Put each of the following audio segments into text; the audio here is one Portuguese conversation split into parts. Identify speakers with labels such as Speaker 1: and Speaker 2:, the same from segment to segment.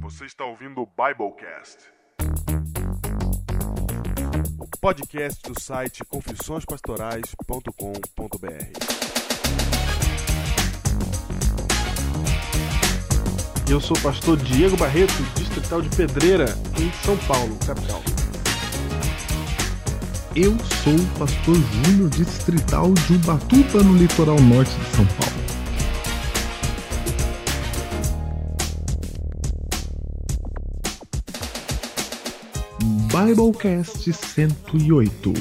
Speaker 1: Você está ouvindo o Biblecast. O podcast do site confissõespastorais.com.br.
Speaker 2: Eu sou o pastor Diego Barreto, distrital de Pedreira, em São Paulo, capital.
Speaker 3: Eu sou o pastor Júnior Distrital de Ubatuba, no litoral norte de São Paulo. Biblecast 108.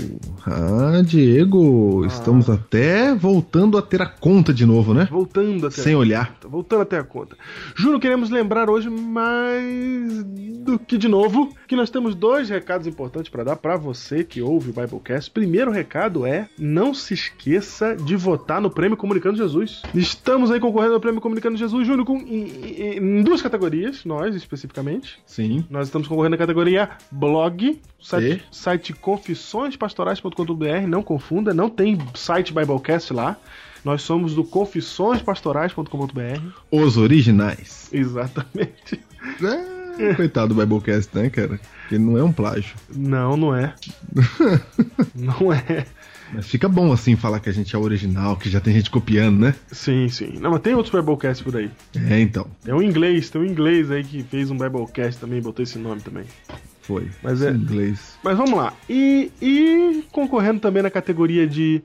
Speaker 3: Ah, Diego, estamos até voltando a ter a conta de novo, né?
Speaker 2: Voltando até
Speaker 3: Sem olhar.
Speaker 2: conta, voltando até a conta. Juro, queremos lembrar hoje mais do que de novo que nós temos dois recados importantes para dar para você que ouve o Biblecast. Primeiro recado é: não se esqueça de votar no Prêmio Comunicando Jesus. Estamos aí concorrendo ao Prêmio Comunicando Jesus, Júnior, com em, em- em duas categorias, nós especificamente.
Speaker 3: Sim.
Speaker 2: Nós estamos concorrendo na categoria blog,
Speaker 3: E?
Speaker 2: site, site confissõespastorais.com.br, não confunda, não tem site Biblecast lá. Nós somos do confissõespastorais.com.br.
Speaker 3: Os originais.
Speaker 2: Exatamente.
Speaker 3: É, coitado do Biblecast, né, cara? Ele não é um plágio.
Speaker 2: Não, não é. não é.
Speaker 3: Mas fica bom assim falar que a gente é original, que já tem gente copiando, né?
Speaker 2: Sim, sim. Não, mas tem outros Biblecast por aí.
Speaker 3: É, então.
Speaker 2: Tem um inglês, tem um inglês aí que fez um Biblecast também, botou esse nome também.
Speaker 3: Foi.
Speaker 2: Mas é-
Speaker 3: Em inglês.
Speaker 2: Mas vamos lá. E, e concorrendo também na categoria de,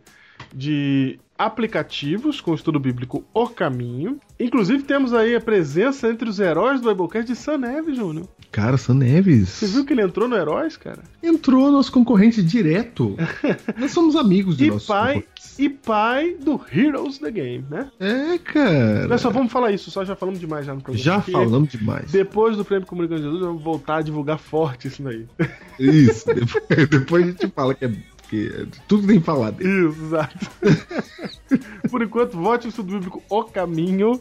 Speaker 2: de aplicativos com o estudo bíblico O Caminho. Inclusive temos aí a presença entre os heróis do Biblecast de Sam Neves, Júnior.
Speaker 3: Cara, Sam Neves.
Speaker 2: Você viu que ele entrou no Heróis, cara?
Speaker 3: Entrou nosso concorrente direto. Nós somos amigos de
Speaker 2: E
Speaker 3: nossos
Speaker 2: pai,
Speaker 3: concorrentes.
Speaker 2: e pai do Heroes the Game, né?
Speaker 3: É, cara.
Speaker 2: Nós só vamos falar isso, só já falamos demais já no programa.
Speaker 3: Já
Speaker 2: Porque
Speaker 3: falamos demais.
Speaker 2: Depois do Prêmio Comunicando Jesus, vamos voltar a divulgar forte isso daí.
Speaker 3: Isso. Depois, depois a gente fala que é. Que é tudo tem que falar dele.
Speaker 2: Isso, exato. Por enquanto, vote no estudo bíblico O Caminho.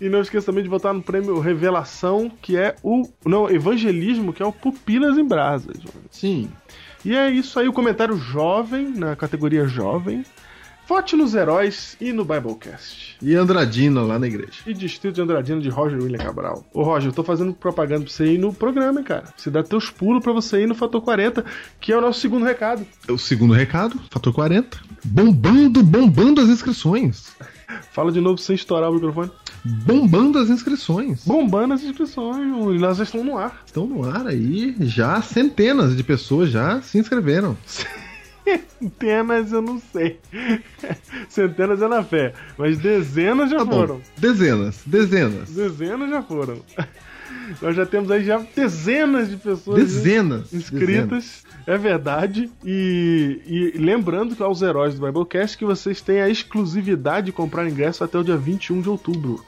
Speaker 2: E não esqueça também de votar no prêmio Revelação, que é o. Não, Evangelismo, que é o Pupilas em Brasas.
Speaker 3: Sim.
Speaker 2: E é isso aí, o comentário jovem, na categoria jovem. Vote nos heróis e no Biblecast.
Speaker 3: E Andradina lá na igreja.
Speaker 2: E Distrito de Andradina de Roger William Cabral. Ô Roger, eu tô fazendo propaganda pra você ir no programa, hein, cara. Você dá teus pulos pra você ir no Fator 40, que é o nosso segundo recado.
Speaker 3: O segundo recado, fator 40. Bombando, bombando as inscrições.
Speaker 2: Fala de novo sem estourar o microfone.
Speaker 3: Bombando as inscrições.
Speaker 2: bombando as inscrições, Júnior, e nós já estamos no ar.
Speaker 3: Estão no ar aí, já centenas de pessoas já se inscreveram.
Speaker 2: Centenas eu não sei. Centenas é na fé, mas dezenas já
Speaker 3: Tá
Speaker 2: foram.
Speaker 3: bom. Dezenas, dezenas,
Speaker 2: Dezenas já foram. Nós já temos aí já dezenas de pessoas
Speaker 3: dezenas. dezenas.
Speaker 2: inscritas. É verdade. E, e lembrando que aos heróis do Biblecast que vocês têm a exclusividade de comprar ingresso até o dia 21 de outubro.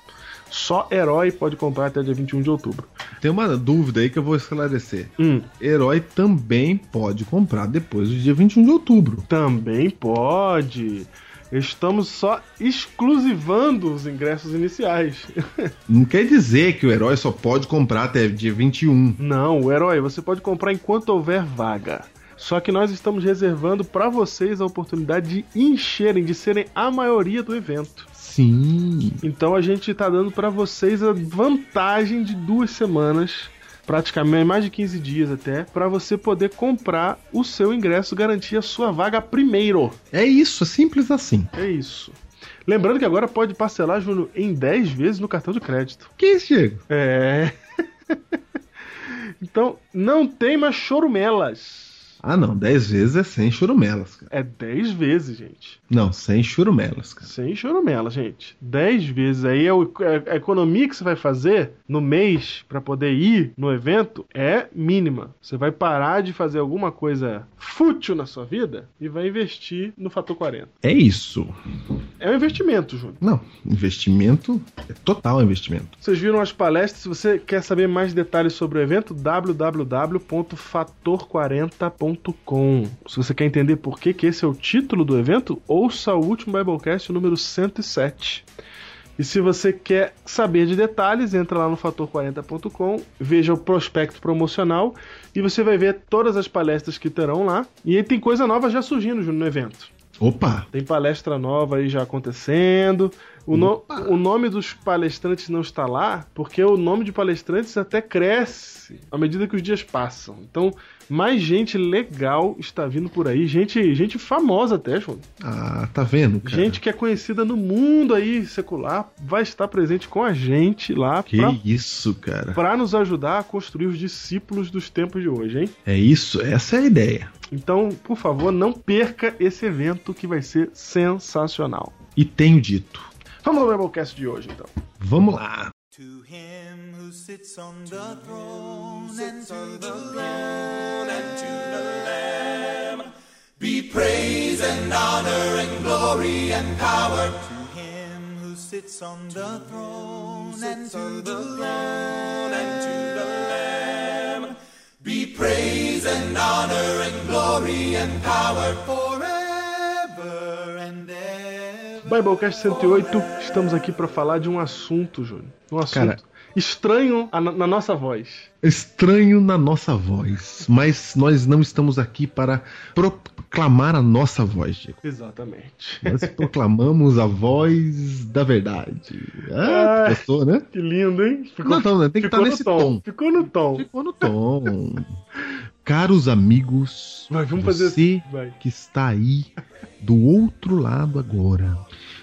Speaker 2: Só herói pode comprar até o dia 21 de outubro.
Speaker 3: Tem uma dúvida aí que eu vou esclarecer.
Speaker 2: Hum,
Speaker 3: Herói também pode comprar depois do dia 21 de outubro.
Speaker 2: Também pode. Estamos só exclusivando os ingressos iniciais.
Speaker 3: Não quer dizer que o herói só pode comprar até dia 21.
Speaker 2: Não, o herói, você pode comprar enquanto houver vaga. Só que nós estamos reservando para vocês a oportunidade de encherem, de serem a maioria do evento.
Speaker 3: Sim.
Speaker 2: Então a gente tá dando para vocês a vantagem de duas semanas, praticamente mais de 15 dias até, para você poder comprar o seu ingresso, garantir a sua vaga primeiro.
Speaker 3: É isso, é simples assim.
Speaker 2: É isso. Lembrando que agora pode parcelar, Júnior, em 10 vezes no cartão de crédito.
Speaker 3: Que isso, Diego?
Speaker 2: É. então, não tem mais chorumelas.
Speaker 3: Ah, não, 10 vezes é sem churumelas, cara.
Speaker 2: É 10 vezes, gente.
Speaker 3: Não, sem churumelas, cara.
Speaker 2: Sem chorumelas, gente. 10 vezes. Aí é o- é a economia que você vai fazer no mês para poder ir no evento é mínima. Você vai parar de fazer alguma coisa fútil na sua vida e vai investir no fator 40.
Speaker 3: É isso.
Speaker 2: É um investimento, Júnior.
Speaker 3: Não, investimento é total investimento.
Speaker 2: Vocês viram as palestras? Se você quer saber mais detalhes sobre o evento, www.fator40.com. Se você quer entender por que, que esse é o título do evento, ouça o último Biblecast, o número 107. E se você quer saber de detalhes, entra lá no fator40.com, veja o prospecto promocional e você vai ver todas as palestras que terão lá. E aí tem coisa nova já surgindo Júnior, no evento.
Speaker 3: Opa!
Speaker 2: Tem palestra nova aí já acontecendo. O, no- o nome dos palestrantes não está lá, porque o nome de palestrantes até cresce à medida que os dias passam. Então, mais gente legal está vindo por aí. Gente, gente famosa até, João.
Speaker 3: Ah, tá vendo, cara?
Speaker 2: Gente que é conhecida no mundo aí secular vai estar presente com a gente lá
Speaker 3: que
Speaker 2: pra,
Speaker 3: isso, cara.
Speaker 2: pra nos ajudar a construir os discípulos dos tempos de hoje, hein?
Speaker 3: É isso, essa é a ideia.
Speaker 2: Então, por favor, não perca esse evento que vai ser sensacional.
Speaker 3: E tenho dito.
Speaker 2: Vamos ao Rebelcast de hoje, então.
Speaker 3: Vamos lá.
Speaker 4: To him who sits on the throne and to the Lamb and to the Lamb be praise and honor and glory and power to him who sits on the throne and to the Lamb and to the Lamb be praise and honor and glory and power forever and ever.
Speaker 2: Biblecast 108, estamos aqui pra falar de um assunto, Júnior. Um assunto
Speaker 3: Cara.
Speaker 2: estranho a- na, na nossa voz.
Speaker 3: Estranho na nossa voz, mas nós não estamos aqui para proclamar a nossa voz, Diego.
Speaker 2: Exatamente.
Speaker 3: Nós proclamamos a voz da verdade. Ah,
Speaker 2: Ah.
Speaker 3: tu gostou, né?
Speaker 2: Que lindo, hein? Ficou,
Speaker 3: Não, não, né? tem que
Speaker 2: ficou
Speaker 3: estar
Speaker 2: no
Speaker 3: nesse
Speaker 2: tom.
Speaker 3: tom.
Speaker 2: Ficou no tom.
Speaker 3: Ficou no tom. Caros amigos,
Speaker 2: Vai, vamos fazer assim,
Speaker 3: você
Speaker 2: Vai.
Speaker 3: que está aí do outro lado agora,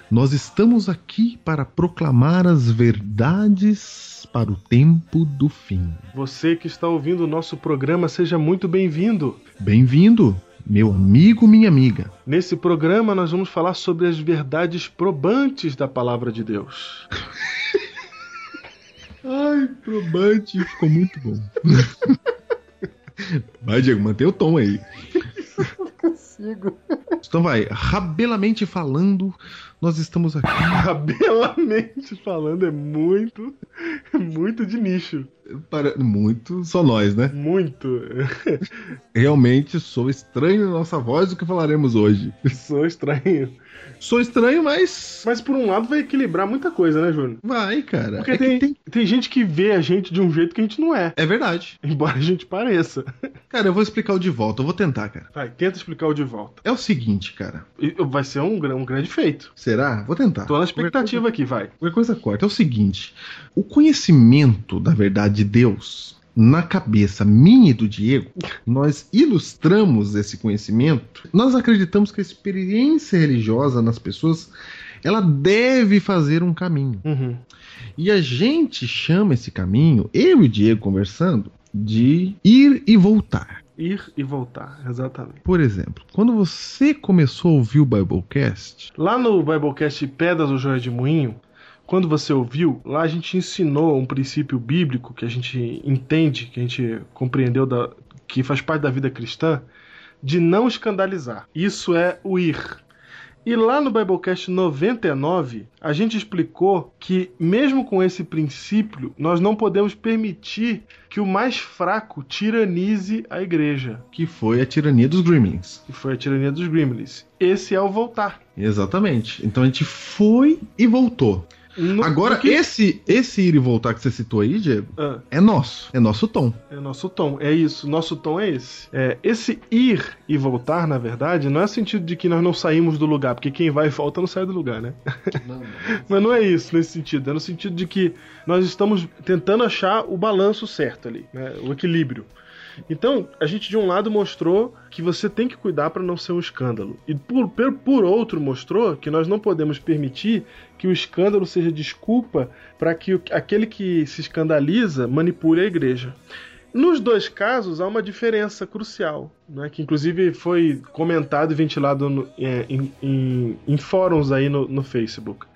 Speaker 3: nós estamos aqui para proclamar as verdades para o tempo do fim.
Speaker 2: Você que está ouvindo o nosso programa, seja muito bem-vindo.
Speaker 3: Bem-vindo, meu amigo, minha amiga.
Speaker 2: Nesse programa, nós vamos falar sobre as verdades probantes da palavra de Deus.
Speaker 3: Ai, probante, ficou muito bom. Vai, Diego, mantém o tom aí.
Speaker 2: Sigo.
Speaker 3: Então vai, rabelamente falando, nós estamos aqui.
Speaker 2: Cabelamente falando, é muito, é muito de nicho.
Speaker 3: Para... Muito, só nós, né?
Speaker 2: Muito.
Speaker 3: Realmente sou estranho na nossa voz o que falaremos hoje.
Speaker 2: Sou estranho.
Speaker 3: Sou estranho, mas
Speaker 2: Mas por um lado vai equilibrar muita coisa, né, Júnior?
Speaker 3: vai, cara.
Speaker 2: Porque
Speaker 3: É, que
Speaker 2: tem,
Speaker 3: tem-
Speaker 2: tem gente que vê a gente de um jeito que a gente não é,
Speaker 3: é verdade.
Speaker 2: embora a gente pareça.
Speaker 3: Cara, eu vou explicar o de volta, eu vou tentar, cara.
Speaker 2: Vai, tenta explicar o de volta.
Speaker 3: É o seguinte, cara.
Speaker 2: E- Vai ser um, gran- um grande feito.
Speaker 3: Será? Vou tentar.
Speaker 2: Tô na expectativa aqui, vai.
Speaker 3: Qualquer coisa corta. É o seguinte: o conhecimento da verdade de Deus na cabeça minha e do Diego, nós ilustramos esse conhecimento. Nós acreditamos que a experiência religiosa nas pessoas ela deve fazer um caminho.
Speaker 2: Uhum.
Speaker 3: E a gente chama esse caminho, eu e o Diego conversando, de ir e voltar.
Speaker 2: Ir e voltar, exatamente.
Speaker 3: Por exemplo, quando você começou a ouvir o Biblecast,
Speaker 2: Lá no Biblecast Pedras do Joia de Moinho, quando você ouviu, lá a gente ensinou um princípio bíblico que a gente entende, que a gente compreendeu, da- que faz parte da vida cristã, de não escandalizar. Isso é o ir. E lá no Biblecast 99, a gente explicou que, mesmo com esse princípio, nós não podemos permitir que o mais fraco tiranize a igreja,
Speaker 3: que foi a tirania dos Gremlins.
Speaker 2: que foi a tirania dos Gremlins. Esse é o voltar.
Speaker 3: Exatamente. Então a gente foi e voltou.
Speaker 2: No-
Speaker 3: Agora,
Speaker 2: no que-
Speaker 3: esse, esse ir e voltar que você citou aí, Diego,
Speaker 2: Ah,
Speaker 3: é nosso. É nosso tom.
Speaker 2: é nosso tom, é isso, nosso tom é esse. É, esse ir e voltar, na verdade, não é sentido de que nós não saímos do lugar, porque quem vai e volta não sai do lugar, né? Mas não é isso nesse sentido, é no sentido de que nós estamos tentando achar o balanço certo ali, né? o equilíbrio. Então, a gente de um lado mostrou que você tem que cuidar para não ser um escândalo. E por, per- por outro mostrou que nós não podemos permitir que o escândalo seja desculpa para que o- aquele que se escandaliza manipule a igreja. Nos dois casos há uma diferença crucial, né, que inclusive foi comentado e ventilado no- é, em, em- em fóruns aí no- no Facebook.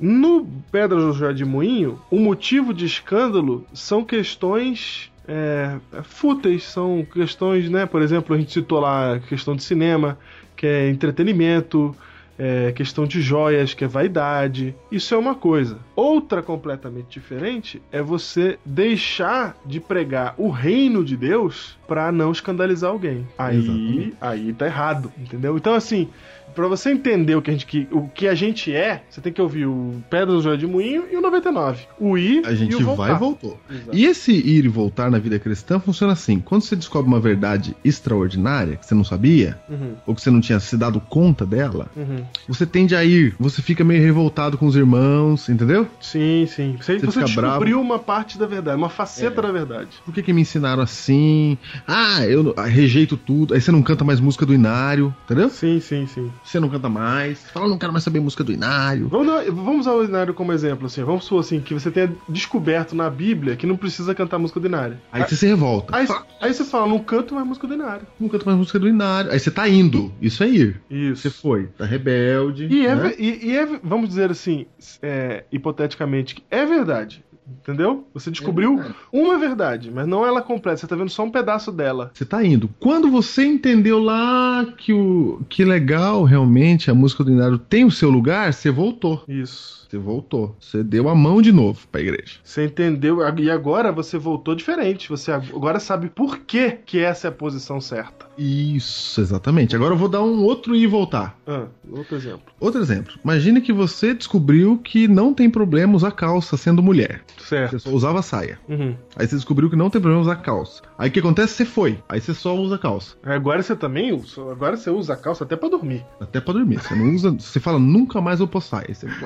Speaker 2: No Pedra do Joia de Moinho, o motivo de escândalo são questões é, fúteis, são questões, né? Por exemplo, a gente citou lá a questão de cinema, que é entretenimento, é, questão de joias, que é vaidade. Isso é uma coisa. Outra completamente diferente é você deixar de pregar o reino de Deus pra não escandalizar alguém. Aí,
Speaker 3: Exatamente.
Speaker 2: aí tá errado, entendeu? Então, assim, Pra você entender o que, a gente, que- o que a gente é, você tem que ouvir o Pedra do Joia de Moinho e o 99. O I
Speaker 3: A gente
Speaker 2: e o
Speaker 3: vai e
Speaker 2: voltar.
Speaker 3: voltou.
Speaker 2: Exato.
Speaker 3: E esse ir e voltar na vida cristã funciona assim: quando você descobre uma verdade extraordinária que você não sabia,
Speaker 2: Uhum,
Speaker 3: ou que você não tinha se dado conta dela,
Speaker 2: uhum.
Speaker 3: você tende a ir, você fica meio revoltado com os irmãos, entendeu?
Speaker 2: Sim, sim. Você,
Speaker 3: Você
Speaker 2: você
Speaker 3: fica
Speaker 2: descobriu
Speaker 3: bravo.
Speaker 2: uma parte da verdade, uma faceta da verdade.
Speaker 3: Por que, que me ensinaram assim? Ah, eu não- ah, rejeito tudo. Aí você não canta mais música do Inário, entendeu?
Speaker 2: Sim, sim, sim.
Speaker 3: Você não canta mais. Você fala, não quero mais saber música do Inário.
Speaker 2: Vamos, dar- vamos usar o Inário como exemplo, assim. Vamos supor assim, que você tenha descoberto na Bíblia que não precisa cantar música do Inário.
Speaker 3: Aí você se revolta.
Speaker 2: Aí,
Speaker 3: Fala,
Speaker 2: aí você fala, não canto mais música do Inário.
Speaker 3: não canto mais música do Inário. Aí você tá indo. Isso é ir.
Speaker 2: Isso.
Speaker 3: Você foi, tá rebelde.
Speaker 2: E é,
Speaker 3: né?
Speaker 2: ve- e- e é ve- vamos dizer assim, é, hipoteticamente, que é verdade. Entendeu? Você descobriu
Speaker 3: verdade.
Speaker 2: uma É verdade, mas não ela completa. Você tá vendo só um pedaço dela.
Speaker 3: Você tá indo. Quando você entendeu lá que o que legal realmente a música do Inário tem o seu lugar, você voltou.
Speaker 2: Isso.
Speaker 3: Você voltou. Você deu a mão de novo pra igreja.
Speaker 2: Você entendeu? E agora você voltou diferente. Você agora sabe por que, que essa é a posição certa.
Speaker 3: Isso, exatamente. Agora eu vou dar um outro ir e voltar.
Speaker 2: Ah, outro exemplo.
Speaker 3: Outro exemplo. Imagine que você descobriu que não tem problema usar calça sendo mulher. Você
Speaker 2: Certo.
Speaker 3: só usava saia.
Speaker 2: Uhum.
Speaker 3: Aí você descobriu que não tem problema usar calça. Aí o que acontece? Você foi. Aí você só usa calça.
Speaker 2: Agora você também usa, agora você usa a calça até pra dormir.
Speaker 3: Até pra dormir. Você não usa. Você fala, nunca mais eu posso sair. Aí Você vai,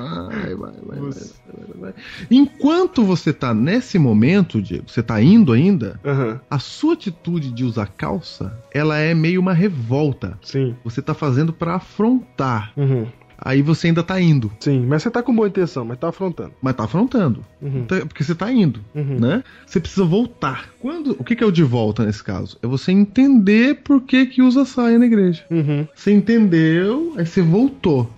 Speaker 3: vai, vai, vai, vai, vai, vai. Enquanto você tá nesse momento, Diego, você tá indo ainda,
Speaker 2: Aham.
Speaker 3: a sua atitude de usar calça, ela é meio uma revolta.
Speaker 2: Sim.
Speaker 3: Você tá fazendo pra afrontar.
Speaker 2: Uhum.
Speaker 3: Aí você ainda tá indo.
Speaker 2: Sim, mas você tá com boa intenção, mas tá afrontando.
Speaker 3: Mas tá afrontando.
Speaker 2: Uhum.
Speaker 3: Tá- Porque você tá indo,
Speaker 2: Uhum.
Speaker 3: né? Você precisa voltar. Quando, o que que é o de volta nesse caso? É você entender por que que usa saia na igreja.
Speaker 2: Uhum.
Speaker 3: Você entendeu, aí você voltou.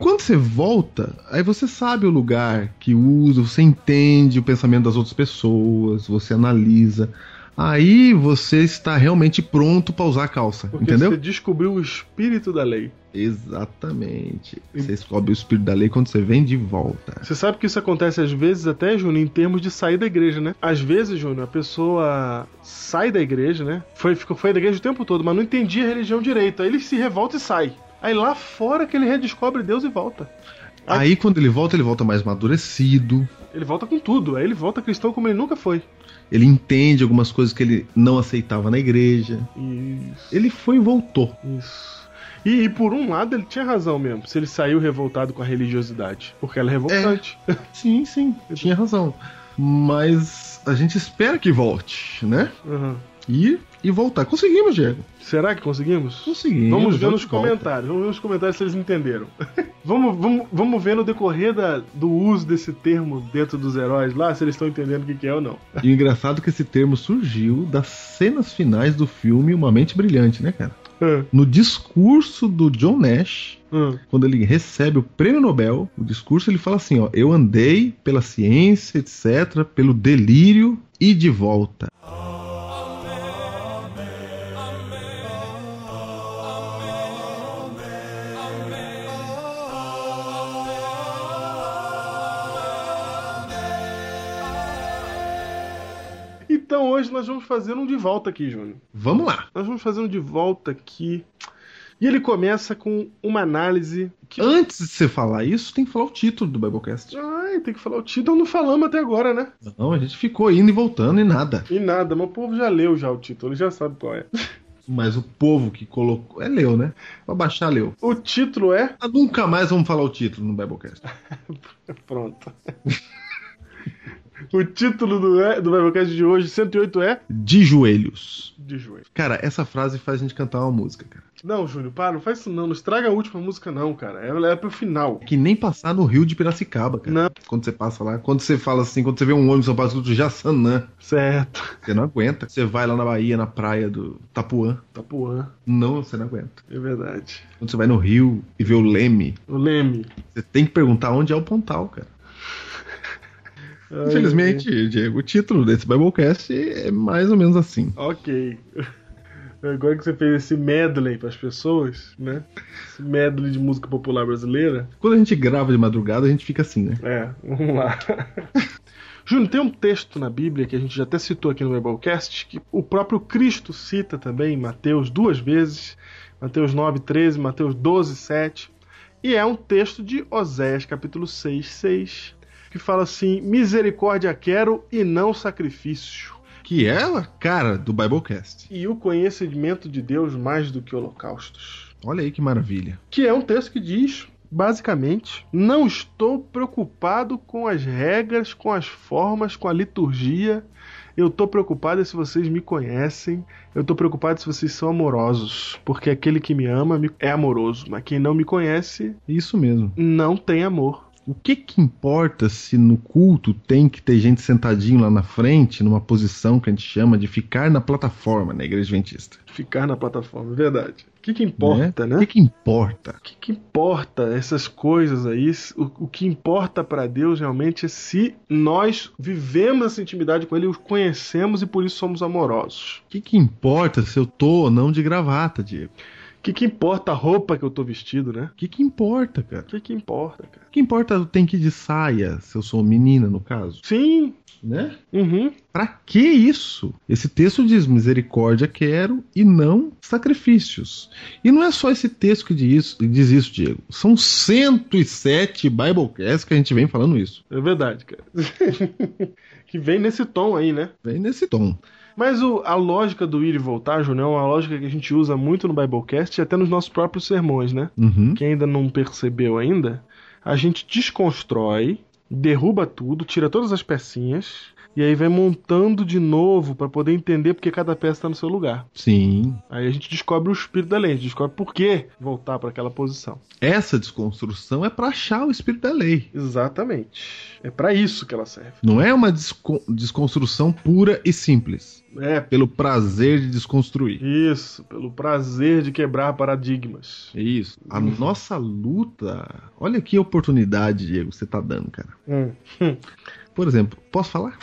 Speaker 3: Quando você volta, aí você sabe o lugar que usa, você entende o pensamento das outras pessoas, você analisa. Aí você está realmente pronto pra usar a calça,
Speaker 2: Porque
Speaker 3: entendeu?
Speaker 2: você descobriu o espírito da lei.
Speaker 3: Exatamente. Você descobre o espírito da lei quando você vem de volta.
Speaker 2: Você sabe que isso acontece às vezes até, Júnior, em termos de sair da igreja, né? Às vezes, Júnior, a pessoa sai da igreja, né? Foi, ficou, foi da igreja o tempo todo, mas não entendia a religião direito. Aí ele se revolta e sai. Aí lá fora que ele redescobre Deus e volta.
Speaker 3: Aí quando ele volta, ele volta mais amadurecido,
Speaker 2: Ele volta com tudo. Aí ele volta cristão como ele nunca foi.
Speaker 3: Ele entende algumas coisas que ele não aceitava na igreja.
Speaker 2: Isso.
Speaker 3: Ele foi e voltou.
Speaker 2: Isso. E, e por um lado ele tinha razão mesmo, se ele saiu revoltado com a religiosidade. Porque ela é revoltante.
Speaker 3: Sim, sim, tinha razão. Mas a gente espera que volte, né?
Speaker 2: Aham.
Speaker 3: Ir e voltar. Conseguimos, Diego.
Speaker 2: Será que conseguimos?
Speaker 3: Conseguimos.
Speaker 2: Vamos ver
Speaker 3: volta
Speaker 2: nos
Speaker 3: e volta.
Speaker 2: comentários. Vamos ver nos comentários se eles entenderam. vamos, vamos, vamos ver no decorrer da- do uso desse termo dentro dos heróis lá, se eles estão entendendo o que, que é ou não.
Speaker 3: E o engraçado é que esse termo surgiu das cenas finais do filme Uma Mente Brilhante, né, cara?
Speaker 2: Hã,
Speaker 3: No discurso do John Nash,
Speaker 2: hã.
Speaker 3: quando ele recebe o prêmio Nobel, o discurso ele fala assim: ó, eu andei pela ciência, etc., pelo delírio e de volta.
Speaker 2: Então hoje nós vamos fazer um de volta aqui, Júnior.
Speaker 3: Vamos lá.
Speaker 2: Nós vamos fazer um de volta aqui. E ele começa com uma análise que.
Speaker 3: Antes de você falar isso, tem que falar o título do Biblecast.
Speaker 2: Ai, tem que falar o título, não falamos até agora, né?
Speaker 3: Não, a gente ficou indo e voltando e nada.
Speaker 2: E nada, mas o povo já leu já o título, ele já sabe qual é.
Speaker 3: Mas o povo que colocou. É leu, né? Pra baixar, leu.
Speaker 2: O título é
Speaker 3: Ah, nunca mais vamos falar o título no Biblecast.
Speaker 2: Pronto. o título do, do Biblecast de hoje, 108 é
Speaker 3: De joelhos.
Speaker 2: De Joelho.
Speaker 3: Cara, essa frase faz a gente cantar uma música, cara.
Speaker 2: Não, Júlio, para, não faz isso não. Não estraga a última música, não, cara. Ela é pro final.
Speaker 3: Que nem passar no Rio de Piracicaba, cara.
Speaker 2: Não.
Speaker 3: Quando você passa lá, quando você fala assim, quando você vê um ônibus passando do Jaçanã,
Speaker 2: Certo.
Speaker 3: você não aguenta. Você vai lá na Bahia, na praia do Tapuã.
Speaker 2: Tapuã,
Speaker 3: Não, você não aguenta.
Speaker 2: Tá é verdade.
Speaker 3: Quando você vai no Rio e vê o Leme,
Speaker 2: O Leme.
Speaker 3: você tem que perguntar onde é o Pontal, cara.
Speaker 2: Ai,
Speaker 3: Infelizmente, Diego, o título desse Biblecast é mais ou menos assim.
Speaker 2: Ok. Agora que você fez esse medley pras pessoas, né? Esse medley de música popular brasileira.
Speaker 3: Quando a gente grava de madrugada, a gente fica assim, né?
Speaker 2: É, vamos lá. Júnior, tem um texto na Bíblia que a gente já até citou aqui no Biblecast, que o próprio Cristo cita também em Mateus duas vezes, Mateus 9, 13, Mateus 12, 7. E é um texto de Oséias, capítulo 6, 6, que fala assim: Misericórdia quero e não sacrifício.
Speaker 3: Que é a cara do Biblecast.
Speaker 2: E o conhecimento de Deus mais do que holocaustos.
Speaker 3: Olha aí que maravilha.
Speaker 2: Que é um texto que diz, basicamente, não estou preocupado com as regras, com as formas, com a liturgia. Eu tô preocupado é se vocês me conhecem. Eu tô preocupado se vocês são amorosos, porque aquele que me ama me- é amoroso, mas quem não me conhece
Speaker 3: É Isso mesmo.
Speaker 2: não tem amor.
Speaker 3: O que que importa se no culto tem que ter gente sentadinho lá na frente, numa posição que a gente chama de ficar na plataforma na igreja adventista?
Speaker 2: Ficar na plataforma, é verdade. O que, que importa, né?
Speaker 3: O que que importa?
Speaker 2: O que, que importa essas coisas aí? O, o que importa para Deus realmente é se nós vivemos essa intimidade com Ele, os conhecemos e por isso somos amorosos.
Speaker 3: O que que importa se eu tô ou não de gravata, Diego?
Speaker 2: O que, que importa a roupa que eu tô vestido, né?
Speaker 3: O que que importa, cara?
Speaker 2: O que, que importa, cara?
Speaker 3: O que importa eu tenho que ir de saia, se eu sou menina, no caso,
Speaker 2: Sim,
Speaker 3: né?
Speaker 2: uhum.
Speaker 3: Pra que isso? Esse texto diz misericórdia quero e não sacrifícios. E não é só esse texto que diz, diz isso, Diego. São 107 Biblecasts que a gente vem falando isso.
Speaker 2: é verdade, cara. que vem nesse tom aí, né?
Speaker 3: Vem nesse tom.
Speaker 2: Mas o- a lógica do ir e voltar, Júnior, é uma lógica que a gente usa muito no Biblecast e até nos nossos próprios sermões, né?
Speaker 3: Uhum.
Speaker 2: Quem ainda não percebeu ainda, a gente desconstrói, derruba tudo, tira todas as pecinhas e aí vai montando de novo pra poder entender porque cada peça tá no seu lugar.
Speaker 3: Sim.
Speaker 2: Aí a gente descobre o espírito da lei, a gente descobre por que voltar pra aquela posição.
Speaker 3: Essa desconstrução é pra achar o espírito da lei.
Speaker 2: Exatamente. É pra isso que ela serve.
Speaker 3: Não é uma desco- desconstrução pura e simples.
Speaker 2: É
Speaker 3: Pelo prazer de desconstruir.
Speaker 2: isso, pelo prazer de quebrar paradigmas.
Speaker 3: É Isso. A nossa luta. Olha que oportunidade, Diego, você tá dando, cara.
Speaker 2: Hum.
Speaker 3: Por exemplo, posso falar?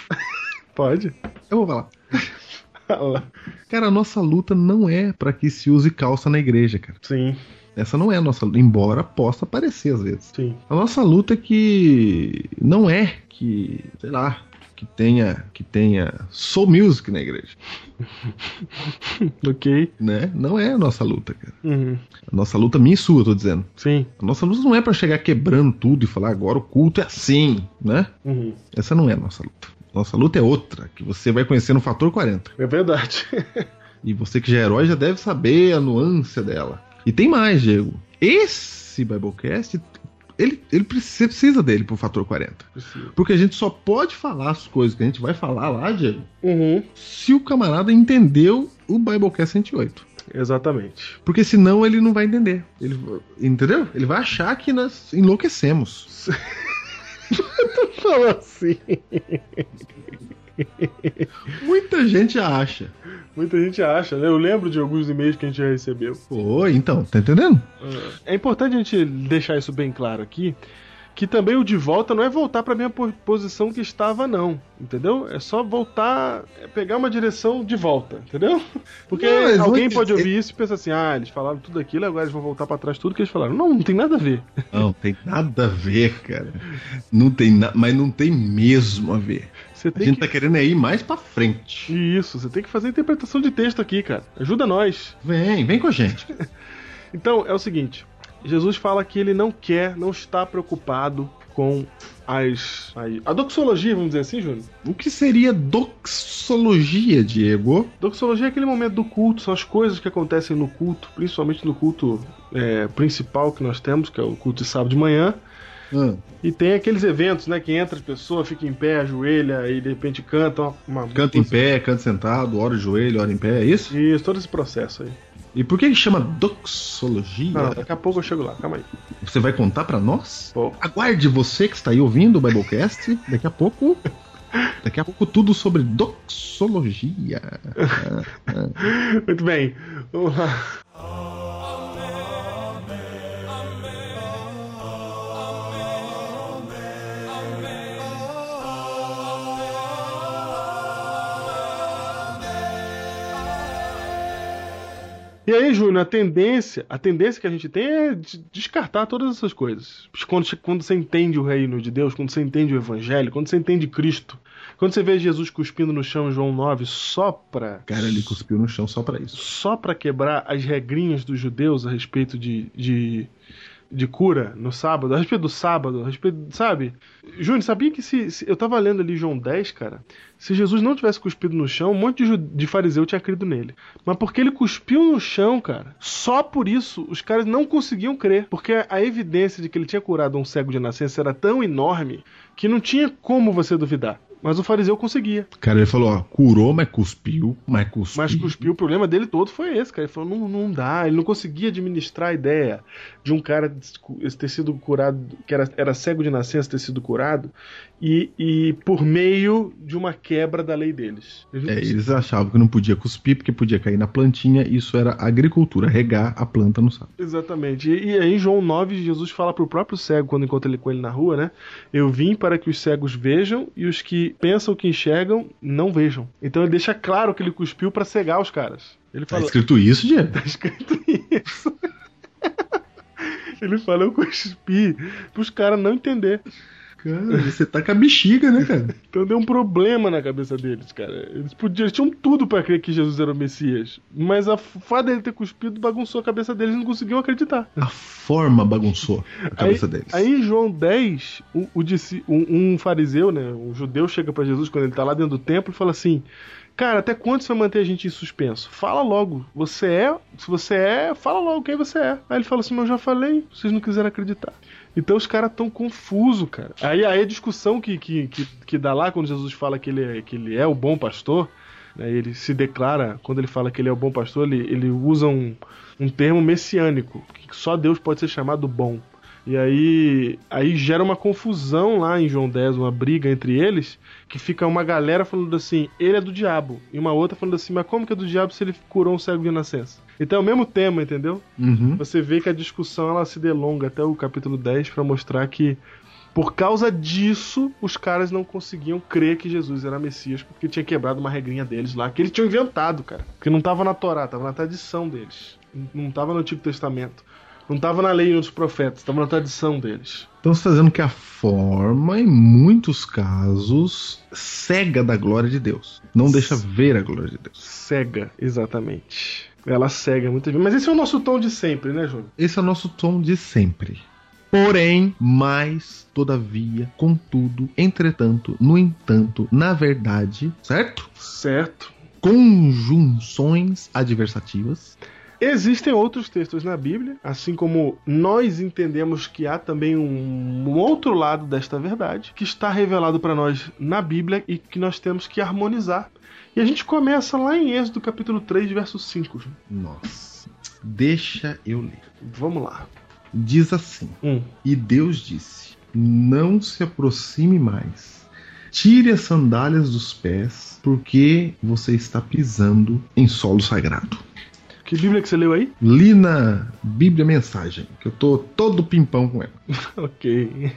Speaker 2: Pode?
Speaker 3: Eu vou falar. Cara, a nossa luta não é pra que se use calça na igreja, cara.
Speaker 2: Sim,
Speaker 3: Essa não é a nossa luta, embora possa aparecer às vezes.
Speaker 2: sim.
Speaker 3: A nossa luta é que não é que, sei lá, que tenha que tenha soul music na igreja,
Speaker 2: Ok.
Speaker 3: né? Não é a nossa luta, cara.
Speaker 2: Uhum.
Speaker 3: A nossa luta minha e sua, eu tô dizendo.
Speaker 2: Sim.
Speaker 3: A nossa luta não é pra chegar quebrando tudo e falar agora o culto é assim, né?
Speaker 2: Uhum.
Speaker 3: Essa não é a nossa luta. Nossa luta é outra, que você vai conhecer no fator 40.
Speaker 2: É verdade.
Speaker 3: E você que já é herói já deve saber a nuance dela. E tem mais, Diego. Esse Biblecast, ele, ele precisa, precisa dele pro fator 40. Porque a gente só pode falar as coisas que a gente vai falar lá, Diego,
Speaker 2: Uhum.
Speaker 3: se o camarada entendeu o Biblecast 108.
Speaker 2: Exatamente.
Speaker 3: Porque senão ele não vai entender. Ele, entendeu? Ele vai achar que nós enlouquecemos.
Speaker 2: Falou assim.
Speaker 3: Muita gente acha.
Speaker 2: Muita gente acha, né? Eu lembro de alguns e-mails que a gente já recebeu.
Speaker 3: Pô, então, tá entendendo?
Speaker 2: É importante a gente deixar isso bem claro aqui. Que também o de volta não é voltar pra minha po- posição que estava, não. Entendeu? É só voltar, é pegar uma direção de volta, entendeu? Porque
Speaker 3: Não, eles vão
Speaker 2: alguém
Speaker 3: te-
Speaker 2: pode ouvir isso e pensar assim: ah, eles falaram tudo aquilo, agora eles vão voltar pra trás tudo que eles falaram. Não, não tem nada a ver.
Speaker 3: Não, tem nada a ver, cara. Não tem na... Mas não tem mesmo a ver.
Speaker 2: Você
Speaker 3: A
Speaker 2: tem
Speaker 3: gente
Speaker 2: que.
Speaker 3: tá querendo é ir mais pra frente.
Speaker 2: Isso, você tem que fazer a interpretação de texto aqui, cara. Ajuda nós.
Speaker 3: Vem, vem com a gente.
Speaker 2: Então, é o seguinte: Jesus fala que ele não quer, não está preocupado com as. as- a doxologia, vamos dizer assim, Júnior?
Speaker 3: O que seria doxologia, Diego?
Speaker 2: Doxologia é aquele momento do culto, são as coisas que acontecem no culto, principalmente no culto é, principal que nós temos, que é o culto de sábado de manhã.
Speaker 3: Ah,
Speaker 2: E tem aqueles eventos, né? Que entra a pessoa, fica em pé, ajoelha e de repente canta uma- uma.
Speaker 3: canta em pé, canta sentado, ora o joelho, ora em pé, é isso?
Speaker 2: Isso, todo esse processo aí.
Speaker 3: E por que que chama doxologia?
Speaker 2: Não, daqui a pouco eu chego lá, calma aí.
Speaker 3: Você vai contar pra nós?
Speaker 2: Bom.
Speaker 3: Aguarde você que está aí ouvindo o Biblecast. Daqui a pouco. Daqui a pouco tudo sobre doxologia.
Speaker 2: Muito bem, vamos lá. E aí, Júnior, a tendência, a tendência que a gente tem é de descartar todas essas coisas. Quando, quando você entende o reino de Deus, quando você entende o evangelho, quando você entende Cristo, quando você vê Jesus cuspindo no chão em João 9 só pra.
Speaker 3: Cara, ele cuspiu no chão só pra isso.
Speaker 2: só para quebrar as regrinhas dos judeus a respeito de, de, de cura no sábado, a respeito do sábado, a respeito, sabe? Júnior, sabia que se, se- eu tava lendo ali João 10, cara, se Jesus não tivesse cuspido no chão, um monte de, ju- de fariseu tinha crido nele. Mas porque ele cuspiu no chão, cara, só por isso os caras não conseguiam crer, porque a evidência de que ele tinha curado um cego de nascença era tão enorme que não tinha como você duvidar. Mas o fariseu conseguia.
Speaker 3: Cara, ele falou, ó, curou, mas cuspiu, mas cuspiu.
Speaker 2: Mas cuspiu, o problema dele todo foi esse, cara. Ele falou, não, não dá, ele não conseguia administrar a ideia de um cara des- ter sido curado, que era, era cego de nascença, ter sido curado, e, e por meio de uma quebra da lei deles. Ele não
Speaker 3: É, eles achavam que não podia cuspir porque podia cair na plantinha, isso era agricultura, regar a planta no sábado.
Speaker 2: Exatamente. E, e aí, em João 9, Jesus fala pro próprio cego, quando encontra ele com ele na rua, né? Eu vim para que os cegos vejam e os que pensam que enxergam não vejam. Então ele deixa claro que ele cuspiu para cegar os caras. Ele
Speaker 3: Tá
Speaker 2: fala.
Speaker 3: escrito isso, Diego?
Speaker 2: Tá escrito isso. Ele fala, eu cuspi, pros caras não entender.
Speaker 3: Cara, você tá com a bexiga, né, cara?
Speaker 2: Então deu um problema na cabeça deles, cara. Eles, podiam, eles tinham tudo pra crer que Jesus era o Messias. Mas a fada dele ter cuspido bagunçou a cabeça deles e não conseguiam acreditar.
Speaker 3: A forma bagunçou a cabeça
Speaker 2: aí,
Speaker 3: deles.
Speaker 2: aí em João 10, o, o disci- um, um fariseu, né, um judeu chega pra Jesus quando ele tá lá dentro do templo e fala assim: "Cara, até quando você vai manter a gente em suspenso? Fala logo. Você é, se você é, fala logo quem você é". Aí ele fala assim: "Mas eu já falei, vocês não quiseram acreditar". Então os caras tão confuso, cara. Aí, aí a discussão que, que, que, que dá lá quando Jesus fala que ele é, que ele é o bom pastor, né, ele se declara, quando ele fala que ele é o bom pastor, ele, ele usa um, um termo messiânico, que só Deus pode ser chamado bom. E aí, aí gera uma confusão lá em João 10, uma briga entre eles, que fica uma galera falando assim, ele é do diabo, e uma outra falando assim, mas como que é do diabo se ele curou um cego de nascença? Então é o mesmo tema, entendeu?
Speaker 3: Uhum.
Speaker 2: Você vê que a discussão ela se delonga até o capítulo 10 pra mostrar que por causa disso, os caras não conseguiam crer que Jesus era Messias, porque tinha quebrado uma regrinha deles lá, que eles tinham inventado, cara. Porque não tava na Torá, tava na tradição deles. Não tava no Antigo Testamento. Não tava na lei dos profetas, tava na tradição deles.
Speaker 3: Então você tá dizendo que a forma, em muitos casos, cega da glória de Deus. Não deixa ver a glória de Deus.
Speaker 2: Cega, exatamente. Ela cega muitas vezes. Mas esse é o nosso tom de sempre, né, Júnior?
Speaker 3: Esse é o nosso tom de sempre. Porém, mas, todavia, contudo, entretanto, no entanto, na verdade, certo?
Speaker 2: Certo.
Speaker 3: Conjunções adversativas.
Speaker 2: Existem outros textos na Bíblia, assim como nós entendemos que há também um outro lado desta verdade, que está revelado para nós na Bíblia e que nós temos que harmonizar. E a gente começa lá em Êxodo capítulo 3, verso 5. Ju.
Speaker 3: Nossa, deixa eu ler.
Speaker 2: Vamos lá.
Speaker 3: Diz assim:
Speaker 2: Um.
Speaker 3: E Deus disse: Não se aproxime mais. Tire as sandálias dos pés, porque você está pisando em solo sagrado.
Speaker 2: Que Bíblia que você leu aí?
Speaker 3: Li na Bíblia Mensagem, que eu tô todo pimpão com ela.
Speaker 2: ok.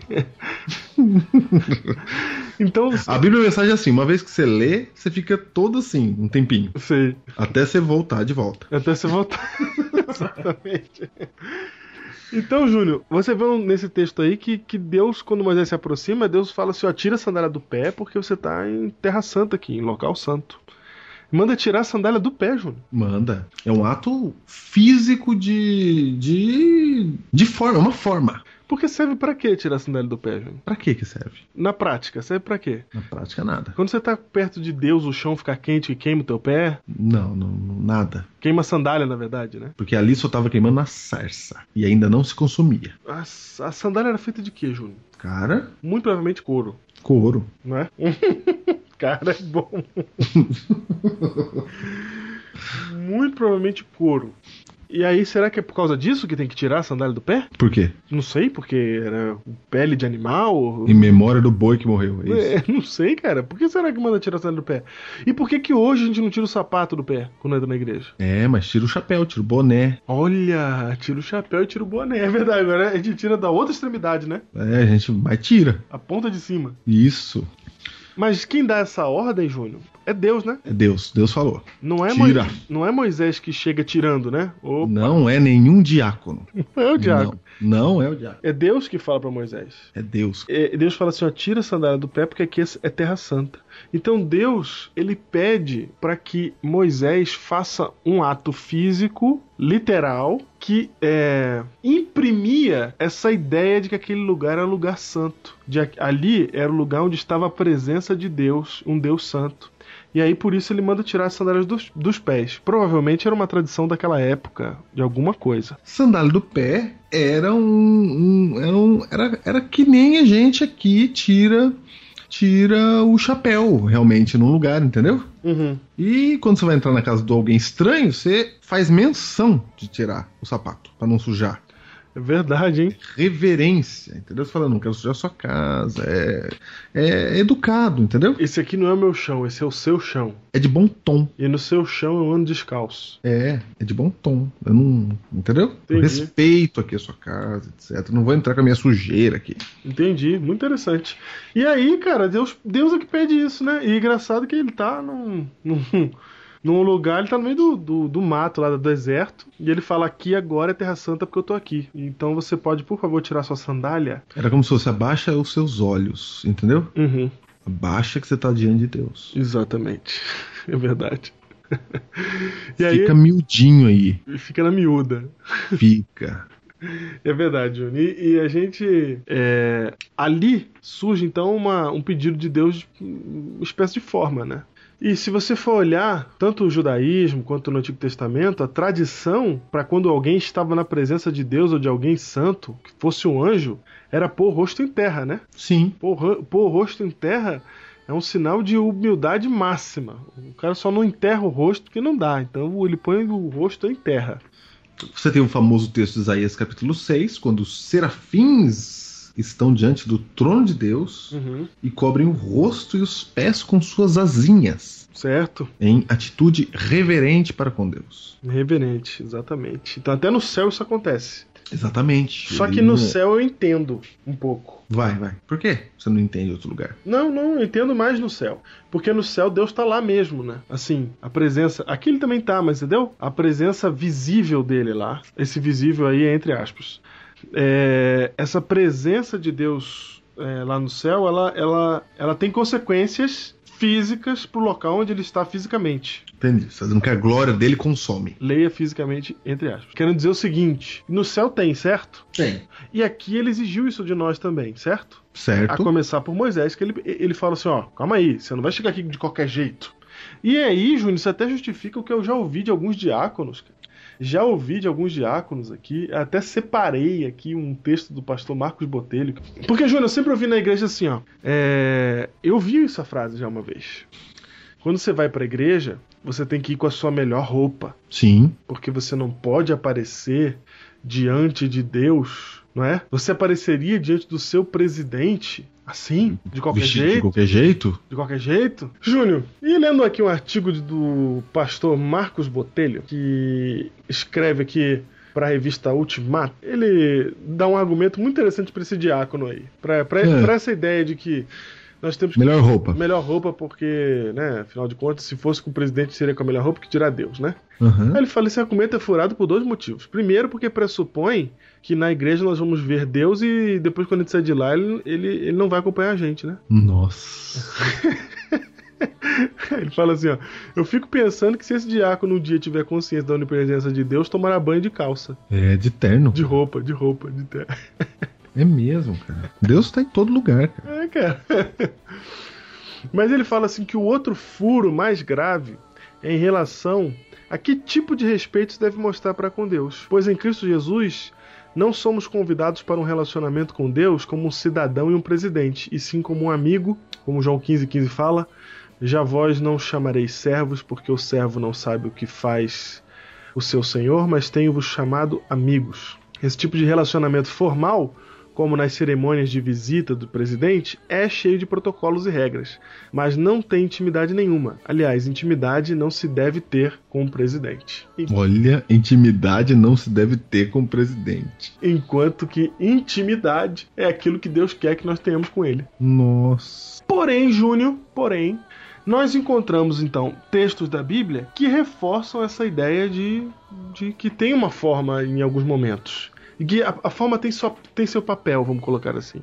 Speaker 2: então,
Speaker 3: A Bíblia Mensagem é assim, uma vez que você lê, você fica todo assim, um tempinho,
Speaker 2: sei.
Speaker 3: até você voltar de volta.
Speaker 2: Até você voltar. Exatamente. Então, Júnior, você vê um- nesse texto aí que, que Deus, quando Moisés se aproxima, Deus fala assim: ó, tira a sandália do pé, porque você tá em terra santa aqui, em local santo. Manda tirar a sandália do pé, Júnior.
Speaker 3: Manda. É um ato físico de. de. de forma, é uma forma.
Speaker 2: Porque serve pra quê tirar a sandália do pé, Júnior?
Speaker 3: Pra que que serve?
Speaker 2: Na prática, serve pra quê?
Speaker 3: Na prática, nada.
Speaker 2: Quando você tá perto de Deus, o chão fica quente e queima o teu pé.
Speaker 3: Não, não, não nada.
Speaker 2: Queima a sandália, na verdade, né?
Speaker 3: Porque ali só tava queimando a sarça. E ainda não se consumia.
Speaker 2: A, a sandália era feita de quê, Júnior?
Speaker 3: Cara,
Speaker 2: Muito provavelmente couro,
Speaker 3: couro.
Speaker 2: não é? Cara, é bom. Muito provavelmente couro. E aí, será que é por causa disso que tem que tirar a sandália do pé?
Speaker 3: Por quê?
Speaker 2: Não sei, porque era pele de animal.
Speaker 3: Em memória do boi que morreu. É isso.
Speaker 2: É, não sei, cara. Por que será que manda tirar a sandália do pé? E por que que hoje a gente não tira o sapato do pé quando entra na igreja?
Speaker 3: É, mas tira o chapéu, tira o boné.
Speaker 2: Olha, tira o chapéu e tira o boné. É verdade, agora a gente tira da outra extremidade, né?
Speaker 3: É, a gente. Mas tira.
Speaker 2: A ponta de cima.
Speaker 3: Isso.
Speaker 2: Mas quem dá essa ordem, Júnior, é Deus, né?
Speaker 3: É Deus, Deus falou.
Speaker 2: Não é,
Speaker 3: Tira.
Speaker 2: Moisés, não é Moisés que chega tirando, né? Opa,
Speaker 3: Não é nenhum diácono.
Speaker 2: não é o diabo.
Speaker 3: Não, não é o diácono.
Speaker 2: É Deus que fala pra Moisés.
Speaker 3: É Deus.
Speaker 2: É, Deus fala assim: ó, tira a sandália do pé, porque aqui é terra santa. Então Deus, ele pede para que Moisés faça um ato físico, literal, que é, imprimia essa ideia de que aquele lugar era lugar santo. De, a- ali era o lugar onde estava a presença de Deus, um Deus santo. E aí, por isso, ele manda tirar as sandálias dos, dos pés. Provavelmente era uma tradição daquela época, de alguma coisa.
Speaker 3: Sandália do pé era um. um- era, um- era- era que nem a gente aqui tira tira o chapéu realmente num lugar, entendeu?
Speaker 2: Uhum.
Speaker 3: E quando você vai entrar na casa de alguém estranho, você faz menção de tirar o sapato pra não sujar.
Speaker 2: É verdade, hein?
Speaker 3: Reverência, entendeu? Você fala, não quero sujar a sua casa. É, é educado, entendeu?
Speaker 2: Esse aqui não é o meu chão, esse é o seu chão.
Speaker 3: É de bom tom.
Speaker 2: E no seu chão eu ando descalço.
Speaker 3: É, é de bom tom. Eu não. Entendeu? Eu
Speaker 2: Entendi.
Speaker 3: respeito aqui a sua casa, etc. Não vou entrar com a minha sujeira aqui.
Speaker 2: Entendi, muito interessante. E aí, cara, Deus, Deus é que pede isso, né? E engraçado que ele tá num, num, num lugar, ele tá no meio do, do, do mato lá do deserto. E ele fala: aqui agora é Terra Santa porque eu tô aqui. Então você pode, por favor, tirar sua sandália?
Speaker 3: Era como se você abaixa os seus olhos, entendeu?
Speaker 2: Uhum,
Speaker 3: Abaixa que você tá diante de Deus.
Speaker 2: exatamente. É verdade. E aí,
Speaker 3: Fica miudinho aí.
Speaker 2: fica na miúda.
Speaker 3: Fica.
Speaker 2: É verdade, Juni. E, e a gente. é, ali surge então uma- um pedido de Deus, de- uma espécie de forma, né? E se você for olhar, tanto o judaísmo quanto no Antigo Testamento, a tradição para quando alguém estava na presença de Deus ou de alguém santo, que fosse um anjo, era pôr o rosto em terra, né?
Speaker 3: Sim.
Speaker 2: Pôr, ro- pôr o rosto em terra é um sinal de humildade máxima. O cara só não enterra o rosto que não dá, então ele põe o rosto em terra.
Speaker 3: Você tem o famoso texto de Isaías capítulo 6, quando os serafins estão diante do trono de Deus
Speaker 2: Uhum.
Speaker 3: e cobrem o rosto e os pés com suas asinhas,
Speaker 2: Certo?
Speaker 3: em atitude reverente para com Deus.
Speaker 2: Reverente, exatamente. Então até no céu isso acontece.
Speaker 3: Exatamente.
Speaker 2: Só que
Speaker 3: Ele
Speaker 2: no
Speaker 3: não- é.
Speaker 2: céu eu entendo um pouco.
Speaker 3: Vai, vai. Por quê? Você não entende outro lugar.
Speaker 2: Não, não, eu entendo mais no céu. Porque no céu Deus tá lá mesmo, né? Assim, a presença. Aqui ele também tá, mas entendeu? A presença visível dele lá. Esse visível aí é entre aspas. É, essa presença de Deus é, lá no céu, ela, ela, ela tem consequências físicas pro local onde ele está fisicamente.
Speaker 3: Entendi. Você tá dizendo que a glória dele consome.
Speaker 2: Leia fisicamente, entre aspas. Quero dizer o seguinte: no céu tem, certo?
Speaker 3: Tem.
Speaker 2: E aqui ele exigiu isso de nós também, certo? A
Speaker 3: Certo?
Speaker 2: começar por Moisés, que ele, ele fala assim: ó, calma aí, você não vai chegar aqui de qualquer jeito. E é aí, Júnior, isso até justifica o que eu já ouvi de alguns diáconos. cara. Já ouvi de alguns diáconos aqui, até separei aqui um texto do pastor Marcos Botelho. Porque, Júnior, eu sempre ouvi na igreja assim, ó. é, eu vi essa frase já uma vez. Quando você vai pra igreja, você tem que ir com a sua melhor roupa
Speaker 3: Sim.
Speaker 2: porque você não pode aparecer diante de Deus, não é? Você apareceria diante do seu presidente assim, de qualquer
Speaker 3: Uhum. Vestido de
Speaker 2: jeito,
Speaker 3: qualquer jeito?
Speaker 2: de qualquer jeito. Júnior, e lendo aqui um artigo de- do pastor Marcos Botelho, que escreve aqui para a revista Ultimato, ele dá um argumento muito interessante para esse diácono aí, para
Speaker 3: É.
Speaker 2: essa ideia de que nós temos que
Speaker 3: Melhor roupa.
Speaker 2: melhor roupa porque, né, afinal de contas, se fosse com o presidente seria com a melhor roupa que tirar Deus, né?
Speaker 3: Aham.
Speaker 2: Aí Ele fala esse argumento é furado por dois motivos. Primeiro, porque pressupõe que na igreja nós vamos ver Deus e depois, quando a gente sair de lá, ele, ele, ele não vai acompanhar a gente, né?
Speaker 3: Nossa.
Speaker 2: Ele fala assim: ó, eu fico pensando que se esse diácono um dia tiver consciência da onipresença de Deus, tomará banho de calça,
Speaker 3: É de terno.
Speaker 2: de roupa, de roupa, de terra.
Speaker 3: É mesmo, cara. Deus tá em todo lugar, cara.
Speaker 2: É, cara. Mas ele fala assim que o outro furo mais grave é em relação a que tipo de respeito se deve mostrar para com Deus. Pois em Cristo Jesus não somos convidados para um relacionamento com Deus como um cidadão e um presidente, e sim como um amigo, como João 15,15 fala. Já vós não chamareis servos, porque o servo não sabe o que faz o seu senhor, mas tenho-vos chamado amigos. Esse tipo de relacionamento formal como nas cerimônias de visita do presidente, é cheio de protocolos e regras, mas não tem intimidade nenhuma. Aliás, intimidade não se deve ter com o presidente. E-
Speaker 3: Olha, intimidade não se deve ter com o presidente.
Speaker 2: Enquanto que intimidade é aquilo que Deus quer que nós tenhamos com ele.
Speaker 3: Nossa.
Speaker 2: Porém, Júnior, porém, nós encontramos então textos da Bíblia que reforçam essa ideia de, de que tem uma forma em alguns momentos. E que a, a forma tem, só, tem seu papel, vamos colocar assim.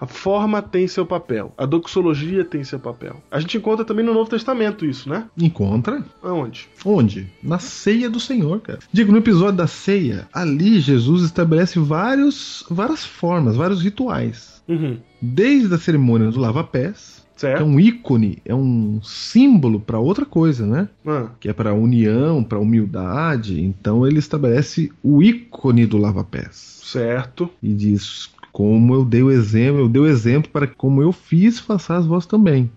Speaker 2: A forma tem seu papel. A doxologia tem seu papel. A gente encontra também no Novo Testamento isso, né?
Speaker 3: Encontra?
Speaker 2: Aonde?
Speaker 3: Onde? Na ceia do Senhor, cara. Digo, no episódio da ceia, ali Jesus estabelece vários, várias formas, vários rituais.
Speaker 2: Uhum.
Speaker 3: Desde a cerimônia do lava-pés, que é
Speaker 2: Certo?
Speaker 3: um ícone, é um símbolo para outra coisa, né?
Speaker 2: Ah,
Speaker 3: Que é para união, para humildade. Então ele estabelece o ícone do lava-pés.
Speaker 2: certo.
Speaker 3: e diz: Como eu dei o exemplo, eu dei o exemplo para que, como eu fiz, façais vós também.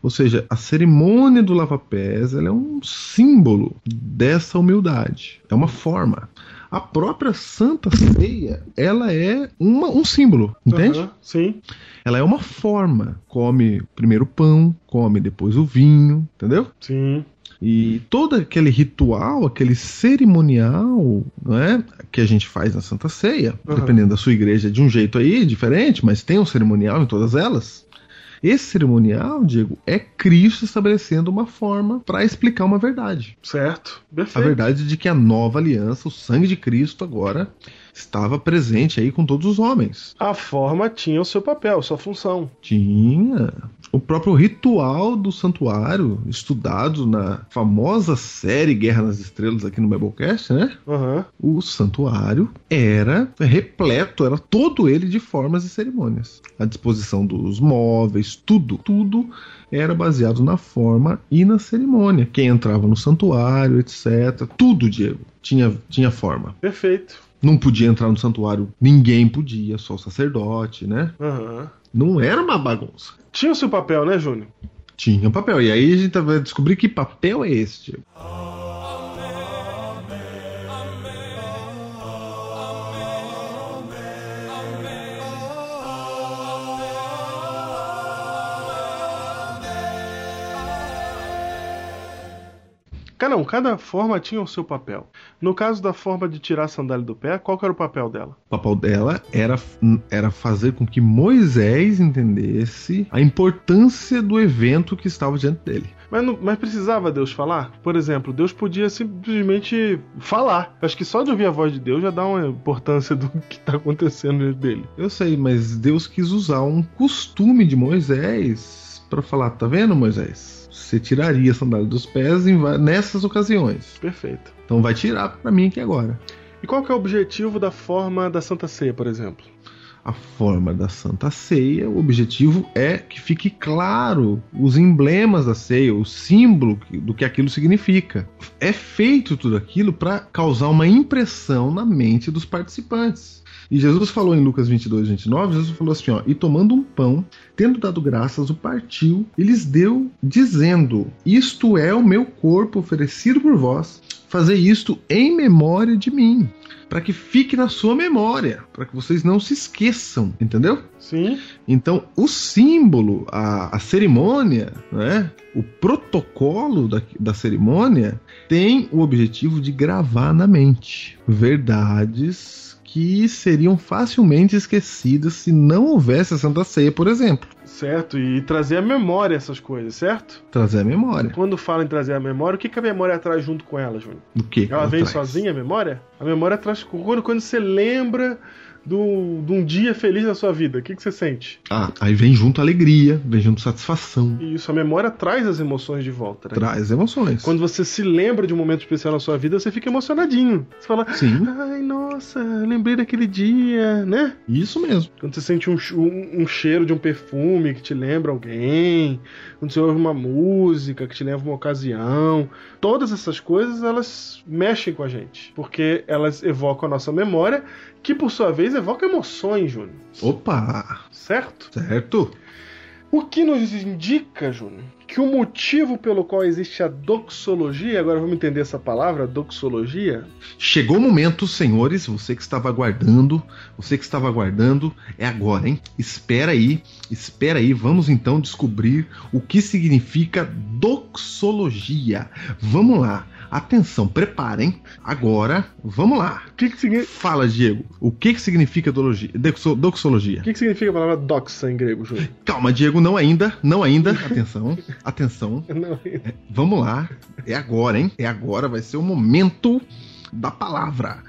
Speaker 3: Ou seja, a cerimônia do lava-pés ela é um símbolo dessa humildade, é uma forma. A própria Santa Ceia, ela é uma- um símbolo, entende?
Speaker 2: Aham, Sim.
Speaker 3: Ela é uma forma. Come primeiro o pão, come depois o vinho, entendeu?
Speaker 2: Sim.
Speaker 3: E todo aquele ritual, aquele cerimonial, não é, que a gente faz na Santa Ceia,
Speaker 2: Aham.
Speaker 3: dependendo da sua igreja, é de um jeito aí diferente, mas tem um cerimonial em todas elas. Esse cerimonial, Diego, é Cristo estabelecendo uma forma para explicar uma verdade.
Speaker 2: Certo.
Speaker 3: A
Speaker 2: Perfeito.
Speaker 3: verdade de que a nova aliança, o sangue de Cristo agora estava presente aí com todos os homens.
Speaker 2: A forma tinha o seu papel, sua função.
Speaker 3: Tinha. O próprio ritual do santuário, estudado na famosa série Guerra nas Estrelas aqui no Biblecast, né?
Speaker 2: Aham.
Speaker 3: O santuário era repleto, era todo ele de formas e cerimônias. A disposição dos móveis, tudo, tudo era baseado na forma e na cerimônia. Quem entrava no santuário, etc. Tudo, Diego, tinha, tinha forma.
Speaker 2: Perfeito.
Speaker 3: Não podia entrar no santuário, ninguém podia, só o sacerdote, né?
Speaker 2: Aham.
Speaker 3: Não era uma bagunça.
Speaker 2: Tinha o seu papel, né, Júnior?
Speaker 3: Tinha um papel. E aí a gente vai descobrir que papel é esse, Diego.
Speaker 2: Cara, não, cada forma tinha o seu papel. No caso da forma de tirar a sandália do pé, qual que era o papel dela?
Speaker 3: O papel dela era, hum, era fazer com que Moisés entendesse a importância do evento que estava diante dele.
Speaker 2: Mas, não- mas precisava Deus falar? Por exemplo, Deus podia simplesmente falar. Acho que só de ouvir a voz de Deus já dá uma importância do que tá acontecendo dentro dele.
Speaker 3: Eu sei, mas Deus quis usar um costume de Moisés para falar: tá vendo, Moisés? Você tiraria a sandália dos pés em va- nessas ocasiões.
Speaker 2: Perfeito.
Speaker 3: Então vai tirar para mim aqui agora.
Speaker 2: E qual que é o objetivo da forma da Santa Ceia, por exemplo?
Speaker 3: A forma da Santa Ceia, o objetivo é que fique claro os emblemas da ceia, o símbolo que- do que aquilo significa. É feito tudo aquilo para causar uma impressão na mente dos participantes. E Jesus falou em Lucas 22, 29, Jesus falou assim, ó, e tomando um pão, tendo dado graças, o partiu e lhes deu, dizendo, isto é o meu corpo oferecido por vós, fazei isto em memória de mim para que fique na sua memória, para que vocês não se esqueçam, entendeu?
Speaker 2: Sim,
Speaker 3: Então, o símbolo, a, a cerimônia, né, o protocolo da, da cerimônia tem o objetivo de gravar na mente verdades que seriam facilmente esquecidas se não houvesse a Santa Ceia, por exemplo.
Speaker 2: certo. E trazer à memória essas coisas, certo?
Speaker 3: Trazer a memória.
Speaker 2: Quando falam em trazer a memória, o que, que a memória traz junto com ela, Júnior?
Speaker 3: O que? que
Speaker 2: Ela vem
Speaker 3: traz?
Speaker 2: sozinha a memória? A memória traz. Quando, quando você lembra do, de um dia feliz da sua vida, o que, que você sente?
Speaker 3: Ah, aí vem junto alegria, vem junto satisfação,
Speaker 2: E isso, a memória traz as emoções de volta. né?
Speaker 3: traz emoções.
Speaker 2: Quando você se lembra de um momento especial na sua vida, você fica emocionadinho. Você fala,
Speaker 3: Sim,
Speaker 2: ai, nossa, lembrei daquele dia, né?
Speaker 3: isso mesmo.
Speaker 2: Quando você sente um, ch- um- um cheiro de um perfume que te lembra alguém, quando você ouve uma música que te lembra uma ocasião, todas essas coisas elas mexem com a gente, porque elas evocam a nossa memória, que por sua vez evoca emoções, Júnior,
Speaker 3: Opa!
Speaker 2: certo?
Speaker 3: Certo?
Speaker 2: O que nos indica, Júnior, que o motivo pelo qual existe a doxologia, agora vamos entender essa palavra, doxologia,
Speaker 3: Chegou o momento, senhores, você que estava aguardando, você que estava aguardando, é agora, hein? Espera aí, espera aí, vamos então descobrir o que significa doxologia. Vamos lá. Atenção, preparem. Agora, vamos lá.
Speaker 2: o que, que, signi-
Speaker 3: Fala, Diego. O que que significa dologi- doxo- doxologia?
Speaker 2: o que, que significa a palavra doxa em grego, Júnior?
Speaker 3: Calma, Diego, não ainda, não ainda. Atenção, atenção.
Speaker 2: Não,
Speaker 3: Vamos lá. É agora, hein? É agora, vai ser o momento da palavra.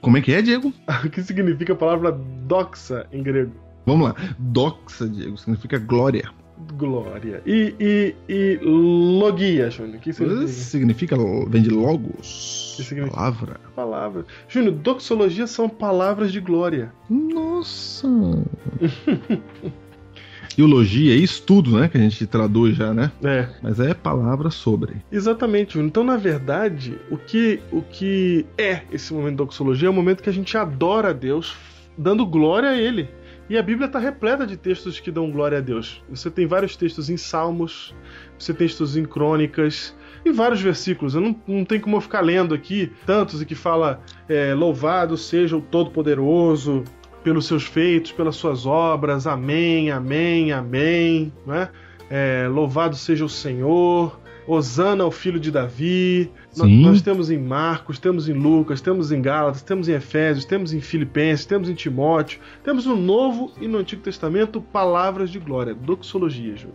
Speaker 3: Como é que é, Diego?
Speaker 2: o que significa a palavra doxa em grego?
Speaker 3: Vamos lá. Doxa, Diego, significa glória.
Speaker 2: Glória. E, e, e logia, Júnior, o que é significa?
Speaker 3: Significa, vem de logos.
Speaker 2: Que significa?
Speaker 3: Palavra.
Speaker 2: Palavra. Júnior, doxologia são palavras de glória.
Speaker 3: Nossa. E o logia é estudo, né? Que a gente traduz já, né?
Speaker 2: É,
Speaker 3: Mas é palavra sobre.
Speaker 2: Exatamente, Júnior. Então, na verdade, o que, o que é esse momento da doxologia é o momento que a gente adora a Deus, dando glória a Ele. E a Bíblia está repleta de textos que dão glória a Deus. Você tem vários textos em Salmos, você tem textos em Crônicas e vários versículos. Eu não, não tem como eu ficar lendo aqui tantos e que fala é, louvado seja o Todo-Poderoso pelos seus feitos, pelas suas obras, amém, amém, amém, né? É, louvado seja o Senhor, Osana, o filho de Davi. Nós,
Speaker 3: Sim.
Speaker 2: nós temos em Marcos, temos em Lucas, temos em Gálatas, temos em Efésios, temos em Filipenses, temos em Timóteo. Temos no Novo e no Antigo Testamento palavras de glória, doxologia, Júlio.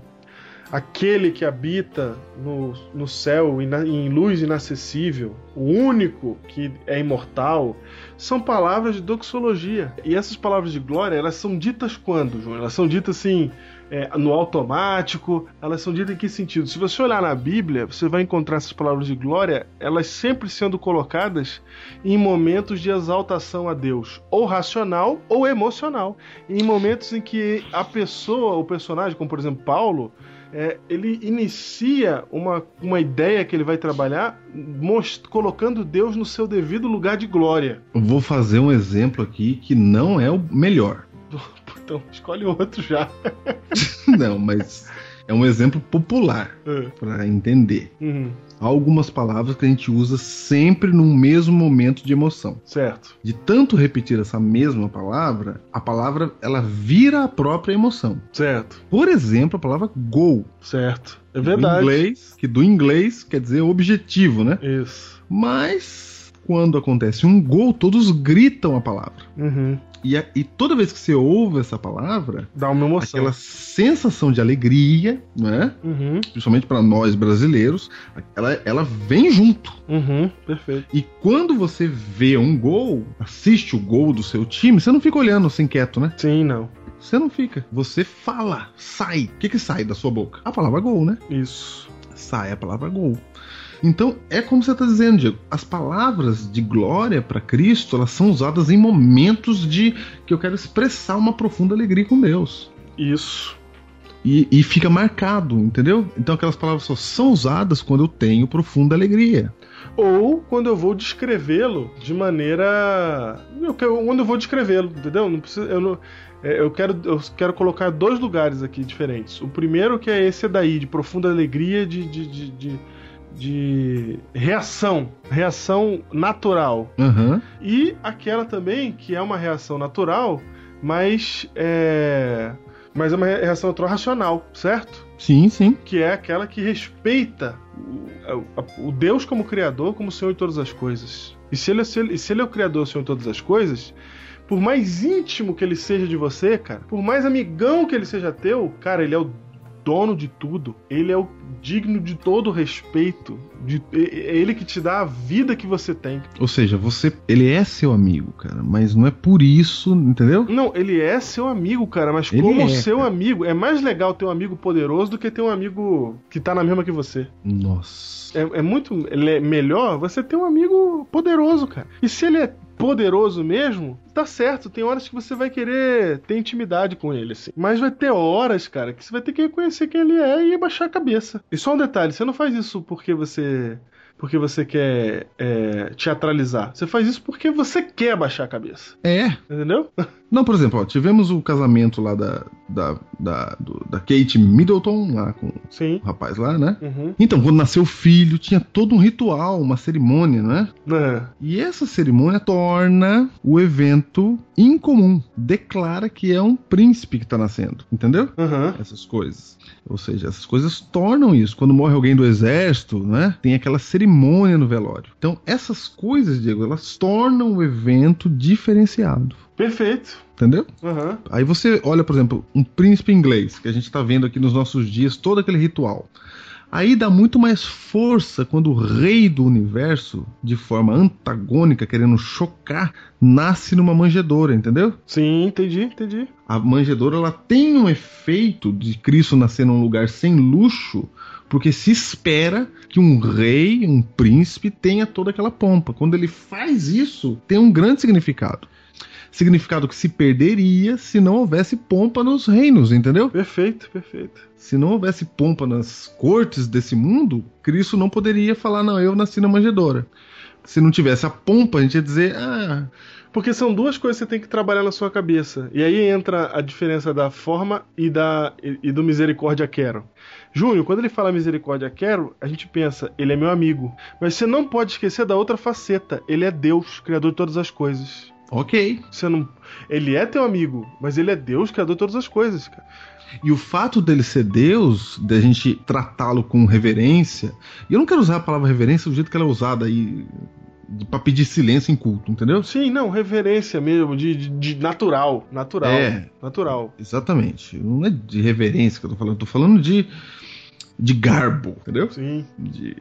Speaker 2: Aquele que habita no, no céu e na- em luz inacessível, o único que é imortal, são palavras de doxologia. E essas palavras de glória, elas são ditas quando, João? Elas são ditas assim, é, no automático, elas são ditas em que sentido? Se você olhar na Bíblia, você vai encontrar essas palavras de glória, elas sempre sendo colocadas em momentos de exaltação a Deus, ou racional ou emocional. Em momentos em que a pessoa, o personagem, como por exemplo Paulo, é, ele inicia uma, uma ideia que ele vai trabalhar most- colocando Deus no seu devido lugar de glória.
Speaker 3: Eu vou fazer um exemplo aqui que não é o melhor.
Speaker 2: Então, escolhe outro já.
Speaker 3: Não, mas é um exemplo popular
Speaker 2: É.
Speaker 3: para entender.
Speaker 2: Uhum,
Speaker 3: Há algumas palavras que a gente usa sempre no mesmo momento de emoção.
Speaker 2: certo.
Speaker 3: De tanto repetir essa mesma palavra, a palavra ela vira a própria emoção.
Speaker 2: Certo.
Speaker 3: Por exemplo, a palavra goal.
Speaker 2: Certo. É
Speaker 3: Do
Speaker 2: verdade.
Speaker 3: inglês, que do inglês quer dizer objetivo, né?
Speaker 2: Isso.
Speaker 3: Mas quando acontece um gol, todos gritam a palavra.
Speaker 2: Uhum.
Speaker 3: E, a- e toda vez que você ouve essa palavra,
Speaker 2: Dá uma emoção.
Speaker 3: aquela sensação de alegria, né?
Speaker 2: Uhum.
Speaker 3: Principalmente para nós brasileiros, ela, ela vem junto.
Speaker 2: Uhum. Perfeito.
Speaker 3: E quando você vê um gol, assiste o gol do seu time, você não fica olhando assim quieto, né?
Speaker 2: Sim, não.
Speaker 3: Você não fica. Você fala, sai. O que, que sai da sua boca? A palavra gol, né?
Speaker 2: Isso.
Speaker 3: Sai a palavra gol. Então, é como você está dizendo, Diego. As palavras de glória para Cristo, elas são usadas em momentos de que eu quero expressar uma profunda alegria com Deus.
Speaker 2: Isso.
Speaker 3: E, e fica marcado, entendeu? Então, aquelas palavras só são usadas quando eu tenho profunda alegria.
Speaker 2: Ou quando eu vou descrevê-lo de maneira. Eu quero- Quando eu vou descrevê-lo, entendeu? Não precisa, eu, não- é, eu quero, eu quero colocar dois lugares aqui diferentes. O primeiro que é esse daí, de profunda alegria, de, de, de, de, de reação. Reação natural.
Speaker 3: Aham.
Speaker 2: E aquela também que é uma reação natural, mas é. Mas é uma reação natural racional, certo?
Speaker 3: Sim, sim.
Speaker 2: que é aquela que respeita o, a- o Deus como Criador, como Senhor de todas as coisas. E se ele, é- se ele- e se ele é o Criador, Senhor de todas as coisas, por mais íntimo que ele seja de você, cara, por mais amigão que ele seja teu, cara, ele é o dono de tudo. Ele é o digno de todo respeito. de- é- é ele que te dá a vida que você tem.
Speaker 3: Ou seja, você, ele é seu amigo, cara, mas não é por isso, entendeu?
Speaker 2: Não, ele é seu amigo, cara, mas
Speaker 3: Ele
Speaker 2: como
Speaker 3: é,
Speaker 2: seu
Speaker 3: cara.
Speaker 2: amigo, é mais legal ter um amigo poderoso do que ter um amigo que tá na mesma que você.
Speaker 3: Nossa.
Speaker 2: É, é muito le- melhor você ter um amigo poderoso, cara. E se ele é poderoso mesmo, tá certo. Tem horas que você vai querer ter intimidade com ele, assim. Mas vai ter horas, cara, que você vai ter que reconhecer quem ele é e baixar a cabeça. E só um detalhe, você não faz isso porque você. Porque você quer é, teatralizar. Você faz isso porque você quer baixar a cabeça.
Speaker 3: É,
Speaker 2: Entendeu?
Speaker 3: Não, por exemplo, ó, tivemos o casamento lá da, da, da, do- da Kate Middleton, lá com o
Speaker 2: Sim.
Speaker 3: rapaz lá, né?
Speaker 2: Uhum.
Speaker 3: Então, quando nasceu o filho, tinha todo um ritual, uma cerimônia, né?
Speaker 2: É.
Speaker 3: E essa cerimônia torna o evento incomum. Declara que é um príncipe que tá nascendo, entendeu?
Speaker 2: Aham.
Speaker 3: Essas coisas. Ou seja, essas coisas tornam isso. Quando morre alguém do exército, né? Tem aquela cerimônia no velório. Então, essas coisas, Diego, elas tornam o evento diferenciado.
Speaker 2: Perfeito.
Speaker 3: Entendeu?
Speaker 2: Aham.
Speaker 3: Aí você olha, por exemplo, um príncipe inglês, que a gente tá vendo aqui nos nossos dias, todo aquele ritual. Aí dá muito mais força quando o rei do universo, de forma antagônica, querendo chocar, nasce numa manjedoura, entendeu?
Speaker 2: Sim, entendi, entendi.
Speaker 3: A manjedoura ela tem um efeito de Cristo nascer num lugar sem luxo, porque se espera que um rei, um príncipe tenha toda aquela pompa. Quando ele faz isso, tem um grande significado. Significado que se perderia se não houvesse pompa nos reinos, entendeu?
Speaker 2: Perfeito, perfeito.
Speaker 3: Se não houvesse pompa nas cortes desse mundo, Cristo não poderia falar, não, eu nasci na manjedoura. Se não tivesse a pompa, a gente ia dizer, ah,
Speaker 2: Porque são duas coisas que você tem que trabalhar na sua cabeça. E aí entra a diferença da forma e, da, e, e do misericórdia quero. Júnior, quando ele fala misericórdia quero, a gente pensa, ele é meu amigo. Mas você não pode esquecer da outra faceta. Ele é Deus, criador de todas as coisas.
Speaker 3: ok.
Speaker 2: Você não. Ele é teu amigo, mas ele é Deus, criador de todas as coisas, cara.
Speaker 3: E o fato dele ser Deus, da gente tratá-lo com reverência, e eu não quero usar a palavra reverência do jeito que ela é usada aí de- pra pedir silêncio em culto, entendeu?
Speaker 2: Sim, não, reverência mesmo, de, de, de natural. Natural.
Speaker 3: É.
Speaker 2: Natural.
Speaker 3: Exatamente. Não é de reverência que eu tô falando, eu tô falando de de garbo, entendeu?
Speaker 2: Sim.
Speaker 3: De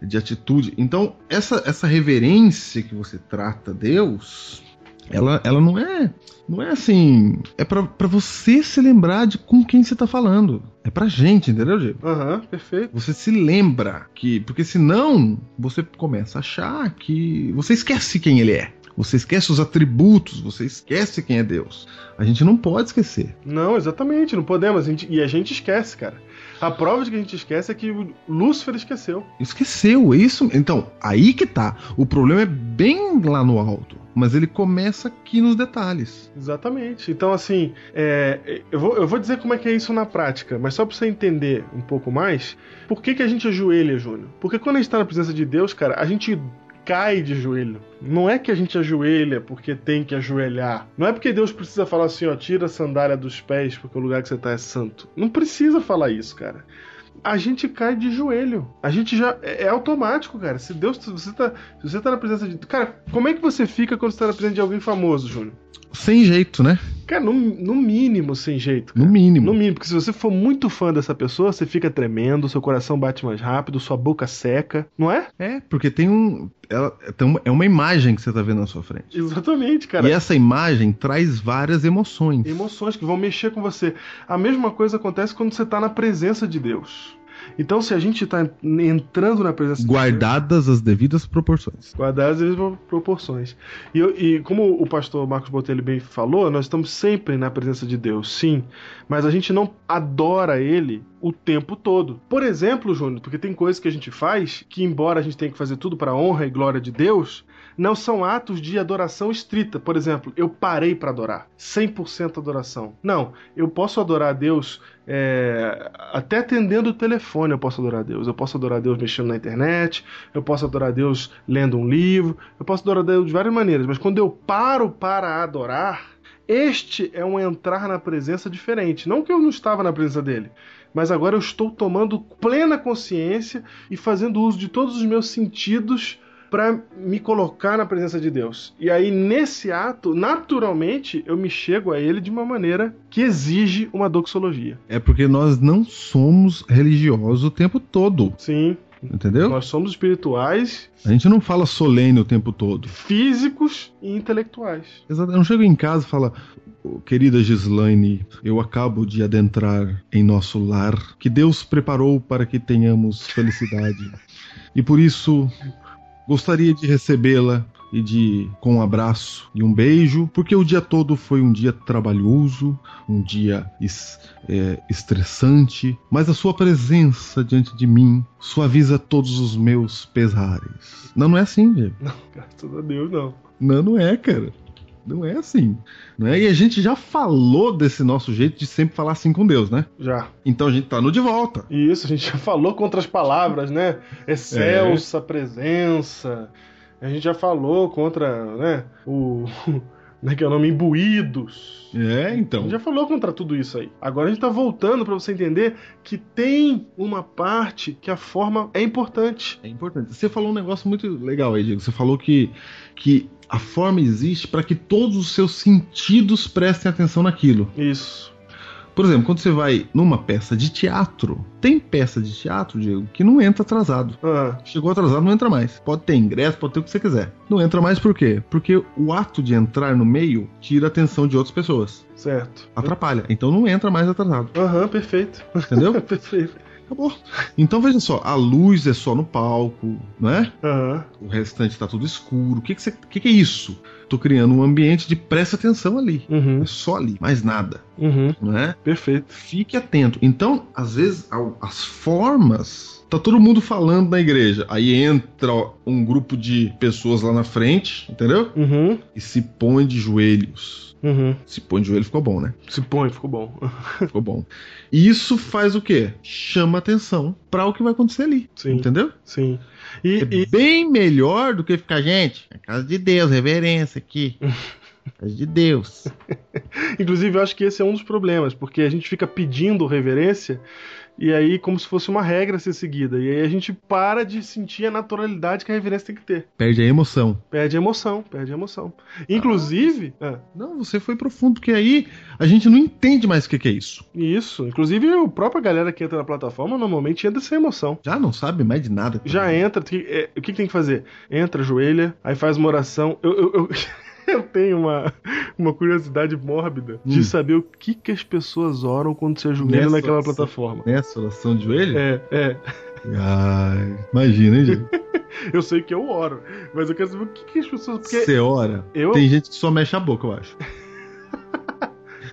Speaker 3: de atitude. Então, essa essa reverência que você trata Deus, ela, ela não é não é assim, é pra pra você se lembrar de com quem você tá falando. É pra gente, entendeu, Diego?
Speaker 2: Aham, perfeito.
Speaker 3: Você se lembra que. Porque senão você começa a achar que. Você esquece quem ele é. Você esquece os atributos, você esquece quem é Deus. A gente não pode esquecer.
Speaker 2: Não, exatamente, não podemos. a gente- e a gente esquece, cara. A prova de que a gente esquece é que o Lúcifer esqueceu.
Speaker 3: Esqueceu, é isso. Então, aí que tá. O problema é bem lá no alto. Mas ele começa aqui nos detalhes.
Speaker 2: Exatamente. Então, assim, é, eu, vou, eu vou dizer como é que é isso na prática, mas só pra você entender um pouco mais, por que, que a gente ajoelha, Júnior? Porque quando a gente tá na presença de Deus, cara, a gente cai de joelho. Não é que a gente ajoelha porque tem que ajoelhar. Não é porque Deus precisa falar assim, ó, tira a sandália dos pés porque o lugar que você tá é santo. Não precisa falar isso, cara. A gente cai de joelho. A gente já. É é automático, cara. Se Deus. Se você tá, se você tá na presença de. Cara, como é que você fica quando você tá na presença de alguém famoso, Júnior?
Speaker 3: Sem jeito, né?
Speaker 2: Cara, no, no mínimo, sem jeito.
Speaker 3: No
Speaker 2: cara.
Speaker 3: mínimo.
Speaker 2: É. No mínimo, porque se você for muito fã dessa pessoa, você fica tremendo, seu coração bate mais rápido, sua boca seca, não é?
Speaker 3: É, porque tem um. Ela, tem uma- é uma imagem que você tá vendo na sua frente.
Speaker 2: Exatamente, cara.
Speaker 3: E essa imagem traz várias emoções.
Speaker 2: Emoções que vão mexer com você. A mesma coisa acontece quando você tá na presença de Deus. Então, se a gente tá entrando na presença de Deus,
Speaker 3: guardadas as devidas proporções.
Speaker 2: guardar as mesmas proporções. E, eu- e como o pastor Marcos Botelho bem falou, nós estamos sempre na presença de Deus, sim. Mas a gente não adora ele o tempo todo. Por exemplo, Júnior, porque tem coisas que a gente faz que, embora a gente tenha que fazer tudo para a honra e glória de Deus, não são atos de adoração estrita. Por exemplo, eu parei para adorar. 100% adoração. Não, eu posso adorar a Deus é, até atendendo o telefone. Eu posso adorar a Deus. Eu posso adorar a Deus mexendo na internet. Eu posso adorar a Deus lendo um livro. Eu posso adorar a Deus de várias maneiras. Mas quando eu paro para adorar, este é um entrar na presença diferente. Não que eu não estava na presença dele, mas agora eu estou tomando plena consciência e fazendo uso de todos os meus sentidos para me colocar na presença de Deus. E aí, nesse ato, naturalmente, eu me chego a ele de uma maneira que exige uma doxologia.
Speaker 3: É porque nós não somos religiosos o tempo todo,
Speaker 2: Sim,
Speaker 3: entendeu?
Speaker 2: nós somos espirituais,
Speaker 3: A gente não fala solene o tempo todo.
Speaker 2: físicos e intelectuais.
Speaker 3: Exato, Eu não chego em casa e falo, "Ô, querida Gislaine, eu acabo de adentrar em nosso lar, que Deus preparou para que tenhamos felicidade. E por isso, gostaria de recebê-la e de com um abraço e um beijo, porque o dia todo foi um dia trabalhoso, um dia es- é, estressante, mas a sua presença diante de mim suaviza todos os meus pesares. Não, não é assim, gente.
Speaker 2: Graças a Deus, não.
Speaker 3: Não, não é, cara. Não é assim. Né? E a gente já falou desse nosso jeito de sempre falar assim com Deus, né?
Speaker 2: Já.
Speaker 3: Então a gente tá no de volta.
Speaker 2: E isso a gente já falou com outras palavras, né? Excelsa, presença. A gente já falou contra, né? O. Como é que é o nome? Imbuídos.
Speaker 3: É,
Speaker 2: A
Speaker 3: então.
Speaker 2: gente já falou contra tudo isso aí. Agora a gente tá voltando pra você entender que tem uma parte que a forma é importante.
Speaker 3: É importante. Você falou um negócio muito legal aí, Diego. Você falou que, que a forma existe para que todos os seus sentidos prestem atenção naquilo.
Speaker 2: Isso.
Speaker 3: Por exemplo, quando você vai numa peça de teatro, tem peça de teatro, Diego, que não entra atrasado.
Speaker 2: Ah,
Speaker 3: Chegou atrasado, não entra mais. Pode ter ingresso, pode ter o que você quiser. Não entra mais por quê? Porque o ato de entrar no meio tira a atenção de outras pessoas.
Speaker 2: certo.
Speaker 3: Atrapalha. Então não entra mais atrasado.
Speaker 2: Aham, perfeito.
Speaker 3: Entendeu?
Speaker 2: perfeito.
Speaker 3: Acabou. Então veja só, a luz é só no palco, né?
Speaker 2: Aham.
Speaker 3: O restante tá tudo escuro. O que, que, você- o que que é isso? Tô criando um ambiente de presta atenção ali.
Speaker 2: Uhum.
Speaker 3: É só ali, mais nada,
Speaker 2: Uhum.
Speaker 3: né?
Speaker 2: Perfeito.
Speaker 3: Fique atento. Então, às vezes, ao- as formas. Tá todo mundo falando na igreja. Aí entra um grupo de pessoas lá na frente, entendeu?
Speaker 2: Uhum.
Speaker 3: E se põe de joelhos.
Speaker 2: Uhum.
Speaker 3: Se põe de joelho, ficou bom, né?
Speaker 2: Se põe, ficou bom. Ah,
Speaker 3: Ficou bom. E isso faz o quê? Chama atenção pra o que vai acontecer ali.
Speaker 2: Sim.
Speaker 3: Entendeu?
Speaker 2: Sim. E,
Speaker 3: É
Speaker 2: e-
Speaker 3: bem melhor do que ficar, gente, é casa de Deus, reverência aqui. casa de Deus.
Speaker 2: inclusive, eu acho que esse é um dos problemas, porque a gente fica pedindo reverência e aí, como se fosse uma regra a ser seguida. E aí a gente para de sentir a naturalidade que a reverência tem que ter.
Speaker 3: Perde a emoção.
Speaker 2: Perde a emoção, perde a emoção. Inclusive,
Speaker 3: Ah,
Speaker 2: é,
Speaker 3: Não, você foi profundo, porque aí a gente não entende mais o que, que é isso.
Speaker 2: isso. Inclusive, a própria galera que entra na plataforma normalmente entra sem emoção.
Speaker 3: Já não sabe mais de nada.
Speaker 2: Já entra, que- é, o que, que tem que fazer? Entra, ajoelha, aí faz uma oração. Eu, eu, eu, eu tenho uma, uma curiosidade mórbida de
Speaker 3: Hum.
Speaker 2: saber o que, que as pessoas oram quando se ajoelham
Speaker 3: Nessa
Speaker 2: naquela
Speaker 3: oração.
Speaker 2: plataforma.
Speaker 3: Nessa oração né? de joelho?
Speaker 2: É, é.
Speaker 3: Ai, imagina, hein, gente?
Speaker 2: Eu sei que eu oro, mas eu quero saber o que, que as pessoas. Porque
Speaker 3: Você ora.
Speaker 2: eu.
Speaker 3: Tem gente que só mexe a boca, eu acho.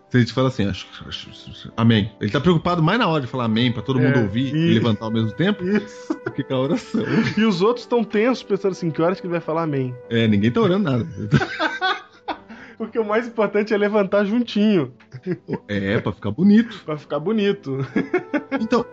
Speaker 3: Tem gente que fala assim, acho, acho- acho- amém. Ele tá preocupado mais na hora de falar amém pra todo
Speaker 2: É,
Speaker 3: mundo ouvir
Speaker 2: e-
Speaker 3: e levantar ao mesmo tempo
Speaker 2: Isso.
Speaker 3: do que com a oração.
Speaker 2: E os outros estão tensos, pensando assim: que horas que ele vai falar amém?
Speaker 3: É, ninguém tá orando nada.
Speaker 2: Porque o mais importante é levantar juntinho,
Speaker 3: É, pra ficar bonito.
Speaker 2: pra ficar bonito.
Speaker 3: Então,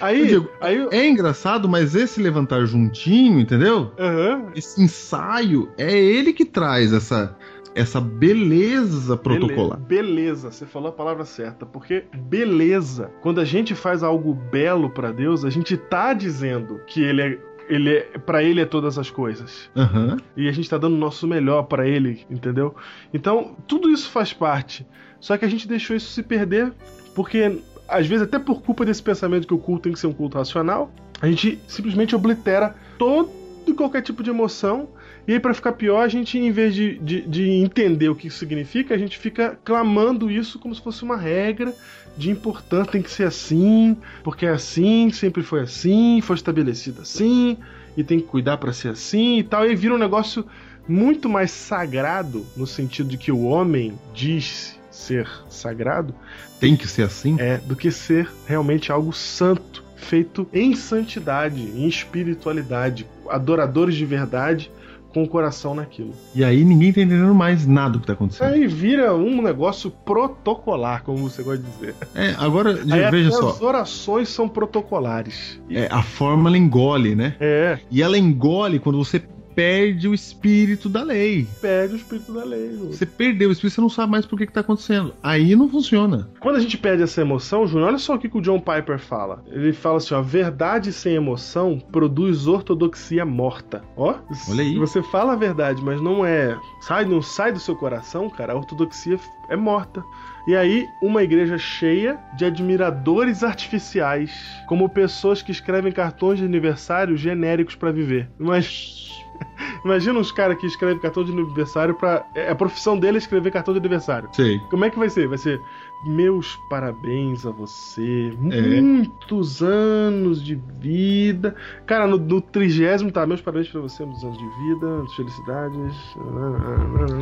Speaker 2: Aí.
Speaker 3: Eu digo,
Speaker 2: aí
Speaker 3: é engraçado, mas esse levantar juntinho, entendeu?
Speaker 2: Aham.
Speaker 3: Esse ensaio é ele que traz essa, essa beleza protocolar.
Speaker 2: Bele- Beleza, você falou a palavra certa, porque beleza, quando a gente faz algo belo pra Deus, a gente tá dizendo que ele é ele é, para ele é todas as coisas.
Speaker 3: Aham.
Speaker 2: E a gente tá dando o nosso melhor pra ele, entendeu? Então, tudo isso faz parte. Só que a gente deixou isso se perder porque às vezes até por culpa desse pensamento que o culto tem que ser um culto racional, a gente simplesmente oblitera todo e qualquer tipo de emoção. E aí, pra ficar pior, a gente, em vez de, de, de entender o que isso significa, a gente fica clamando isso como se fosse uma regra de importância, tem que ser assim, porque é assim, sempre foi assim, foi estabelecido assim, e tem que cuidar pra ser assim e tal. E aí vira um negócio muito mais sagrado, no sentido de que o homem diz ser sagrado,
Speaker 3: Tem que ser assim.
Speaker 2: é do que ser realmente algo santo, feito em santidade, em espiritualidade, adoradores de verdade com o coração naquilo.
Speaker 3: E aí ninguém tá entendendo mais nada do que tá acontecendo.
Speaker 2: Aí vira um negócio protocolar, como você gosta de dizer.
Speaker 3: É, agora,
Speaker 2: Aí até
Speaker 3: veja
Speaker 2: as
Speaker 3: só.
Speaker 2: orações são protocolares. E-
Speaker 3: É, a forma ela engole, né?
Speaker 2: É,
Speaker 3: E ela engole quando você perde o espírito da lei.
Speaker 2: perde o espírito da lei. Júlio.
Speaker 3: Você perdeu o espírito, você não sabe mais por que, que tá acontecendo. Aí não funciona.
Speaker 2: Quando a gente perde essa emoção, Júnior, olha só o que, que o John Piper fala. Ele fala assim: ó, verdade sem emoção produz ortodoxia morta. Ó,
Speaker 3: Olha aí.
Speaker 2: se você fala a verdade, mas não é. Sai, não sai do seu coração, cara, a ortodoxia é morta. E aí, uma igreja cheia de admiradores artificiais, como pessoas que escrevem cartões de aniversário genéricos pra viver. Mas. Imagina uns caras que escrevem cartão de aniversário pra. é- A profissão dele é escrever cartão de aniversário.
Speaker 3: Sei.
Speaker 2: Como é que vai ser? Vai ser meus parabéns a você,
Speaker 3: É.
Speaker 2: muitos anos de vida. Cara, no, no trigésimo tá, meus parabéns pra você, muitos anos de vida, muitas felicidades.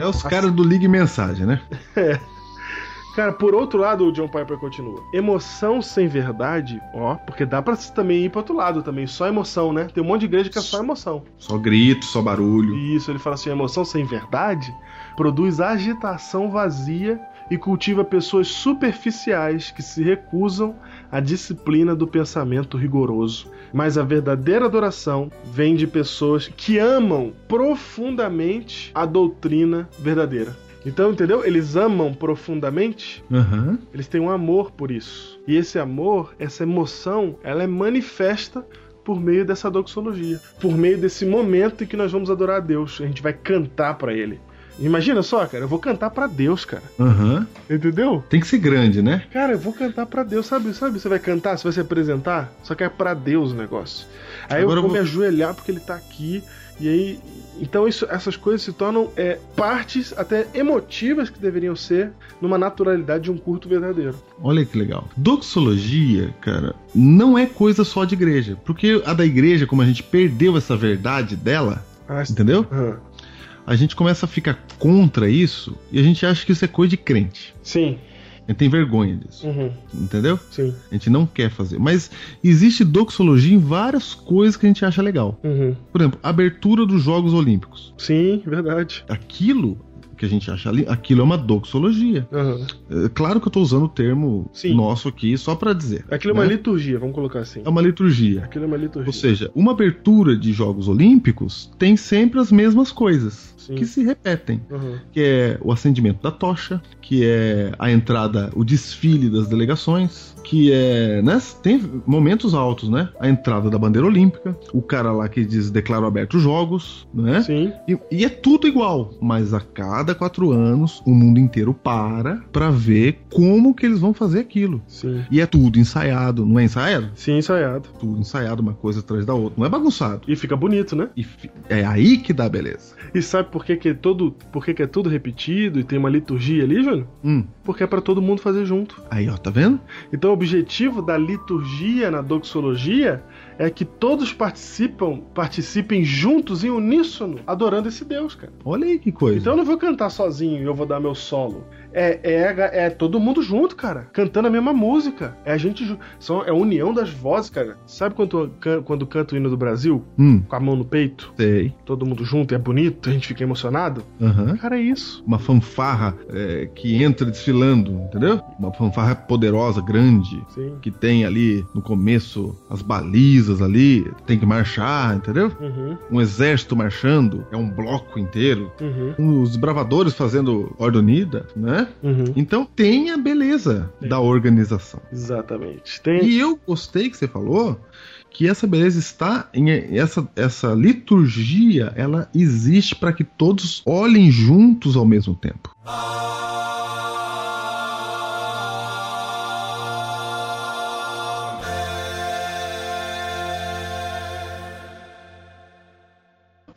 Speaker 3: É os caras do Ligue Mensagem, né?
Speaker 2: Cara, por outro lado, o John Piper continua. Emoção sem verdade, ó, porque dá pra também ir pro outro lado também. Só emoção, né? Tem um monte de igreja que é só emoção.
Speaker 3: Só grito, só barulho.
Speaker 2: E isso, ele fala assim: emoção sem verdade produz agitação vazia e cultiva pessoas superficiais que se recusam à disciplina do pensamento rigoroso. Mas a verdadeira adoração vem de pessoas que amam profundamente a doutrina verdadeira. Então, entendeu? Eles amam profundamente
Speaker 3: Aham.
Speaker 2: eles têm um amor por isso. E esse amor, essa emoção, ela é manifesta por meio dessa doxologia, por meio desse momento em que nós vamos adorar a Deus. A gente vai cantar pra ele. Imagina só, cara, eu vou cantar pra Deus, cara.
Speaker 3: Aham.
Speaker 2: Entendeu?
Speaker 3: Tem que ser grande, né?
Speaker 2: Cara, eu vou cantar pra Deus, sabe? Sabe, você vai cantar, você vai se apresentar, só que é pra Deus o negócio. Aí
Speaker 3: Agora
Speaker 2: eu vou
Speaker 3: eu vou-
Speaker 2: me ajoelhar porque ele tá aqui. E aí, então isso- essas coisas se tornam é, partes até emotivas que deveriam ser numa naturalidade de um culto verdadeiro.
Speaker 3: Olha que legal. Doxologia, cara, não é coisa só de igreja. Porque a da igreja, como a gente perdeu essa verdade dela,
Speaker 2: Ah,
Speaker 3: entendeu?
Speaker 2: Aham.
Speaker 3: A gente começa a ficar contra isso e a gente acha que isso é coisa de crente.
Speaker 2: Sim.
Speaker 3: A gente tem vergonha disso,
Speaker 2: Uhum,
Speaker 3: entendeu?
Speaker 2: sim.
Speaker 3: A gente não quer fazer. Mas existe doxologia em várias coisas que a gente acha legal.
Speaker 2: Uhum.
Speaker 3: Por exemplo, abertura dos Jogos Olímpicos.
Speaker 2: Sim, verdade.
Speaker 3: Aquilo que a gente acha ali, aquilo é uma doxologia.
Speaker 2: Aham.
Speaker 3: É claro que eu tô usando o termo
Speaker 2: Sim.
Speaker 3: nosso aqui só pra dizer.
Speaker 2: Aquilo é uma
Speaker 3: né?
Speaker 2: liturgia, vamos colocar assim.
Speaker 3: É uma liturgia.
Speaker 2: Aquilo é uma liturgia.
Speaker 3: Ou seja, uma abertura de Jogos Olímpicos tem sempre as mesmas coisas
Speaker 2: Sim.
Speaker 3: que se repetem.
Speaker 2: Aham.
Speaker 3: Que é o acendimento da tocha, que é a entrada, o desfile das delegações, que é. Né, tem momentos altos, né? A entrada da bandeira olímpica, o cara lá que diz declaro aberto os jogos, né?
Speaker 2: Sim.
Speaker 3: E, e é tudo igual, mas a cada quatro anos o mundo inteiro para pra ver como que eles vão fazer aquilo.
Speaker 2: Sim.
Speaker 3: E é tudo ensaiado, não é ensaiado?
Speaker 2: Sim, ensaiado.
Speaker 3: Tudo ensaiado, uma coisa atrás da outra, não é bagunçado.
Speaker 2: E fica bonito, né?
Speaker 3: E fi- é aí que dá a beleza.
Speaker 2: E sabe por que, que é todo. Por que, que é tudo repetido e tem uma liturgia ali, Júnior?
Speaker 3: Hum,
Speaker 2: Porque é pra todo mundo fazer junto.
Speaker 3: aí ó, tá vendo?
Speaker 2: Então o objetivo da liturgia na doxologia é que todos participam, participem juntos em uníssono, adorando esse Deus, cara.
Speaker 3: Olha aí que coisa.
Speaker 2: Então eu não vou cantar sozinho e eu vou dar meu solo. É, é, é todo mundo junto, cara. Cantando a mesma música. É a gente. ju- São, é a união das vozes, cara. Sabe quando, can- quando canta o hino do Brasil?
Speaker 3: Hum,
Speaker 2: Com a mão no peito,
Speaker 3: sei.
Speaker 2: todo mundo junto, e é bonito, a gente fica emocionado?
Speaker 3: Aham.
Speaker 2: Cara, é isso.
Speaker 3: Uma fanfarra é, que entra desfilando, entendeu? Uma fanfarra poderosa, grande.
Speaker 2: Sim.
Speaker 3: Que tem ali no começo as balizas ali, tem que marchar, entendeu?
Speaker 2: Uhum,
Speaker 3: Um exército marchando, é um bloco inteiro.
Speaker 2: uhum,
Speaker 3: Os bravadores fazendo ordem unida, né?
Speaker 2: uhum.
Speaker 3: Então tem a beleza da organização.
Speaker 2: Exatamente. Tem.
Speaker 3: E eu gostei que você falou que essa beleza está em essa, essa liturgia, ela existe para que todos olhem juntos ao mesmo tempo.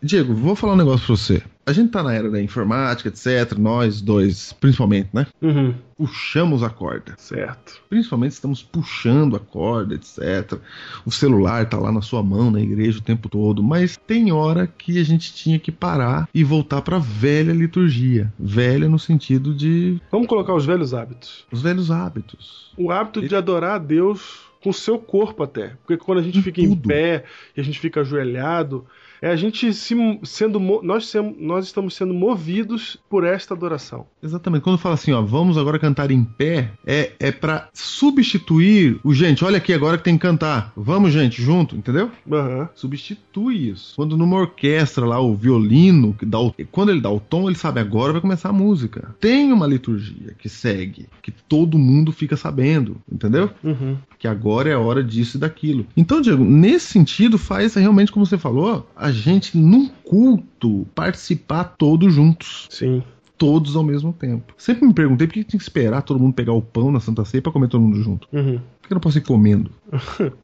Speaker 3: Diego, vou falar um negócio pra você. A gente tá na era da informática, etc. Nós dois, principalmente, né?
Speaker 2: Uhum.
Speaker 3: Puxamos a corda
Speaker 2: Certo.
Speaker 3: principalmente estamos puxando a corda, etc. O celular tá lá na sua mão na igreja o tempo todo, mas tem hora que a gente tinha que parar e voltar pra velha liturgia, velha no sentido de
Speaker 2: Vamos colocar os velhos hábitos.
Speaker 3: os velhos hábitos.
Speaker 2: o hábito de adorar a Deus com o seu corpo até. Porque quando a gente fica em
Speaker 3: tudo.
Speaker 2: pé e a gente fica ajoelhado, é a gente se, sendo mo- nós, sem- nós estamos sendo movidos por esta adoração.
Speaker 3: Exatamente. Quando fala assim, ó, vamos agora cantar em pé, é é para substituir o gente, olha aqui agora que tem que cantar. Vamos, gente, junto, entendeu?
Speaker 2: Aham.
Speaker 3: substitui isso. Quando numa orquestra lá o violino que dá o... quando ele dá o tom, ele sabe agora vai começar a música. Tem uma liturgia que segue, que todo mundo fica sabendo, entendeu?
Speaker 2: Uhum.
Speaker 3: Que agora é a hora disso e daquilo. Então, Diego, nesse sentido faz realmente como você falou, a gente num culto participar todos juntos,
Speaker 2: Sim.
Speaker 3: todos ao mesmo tempo. Sempre me perguntei por que tem que esperar todo mundo pegar o pão na Santa Ceia pra comer todo mundo junto.
Speaker 2: Uhum.
Speaker 3: Por que eu não posso ir comendo?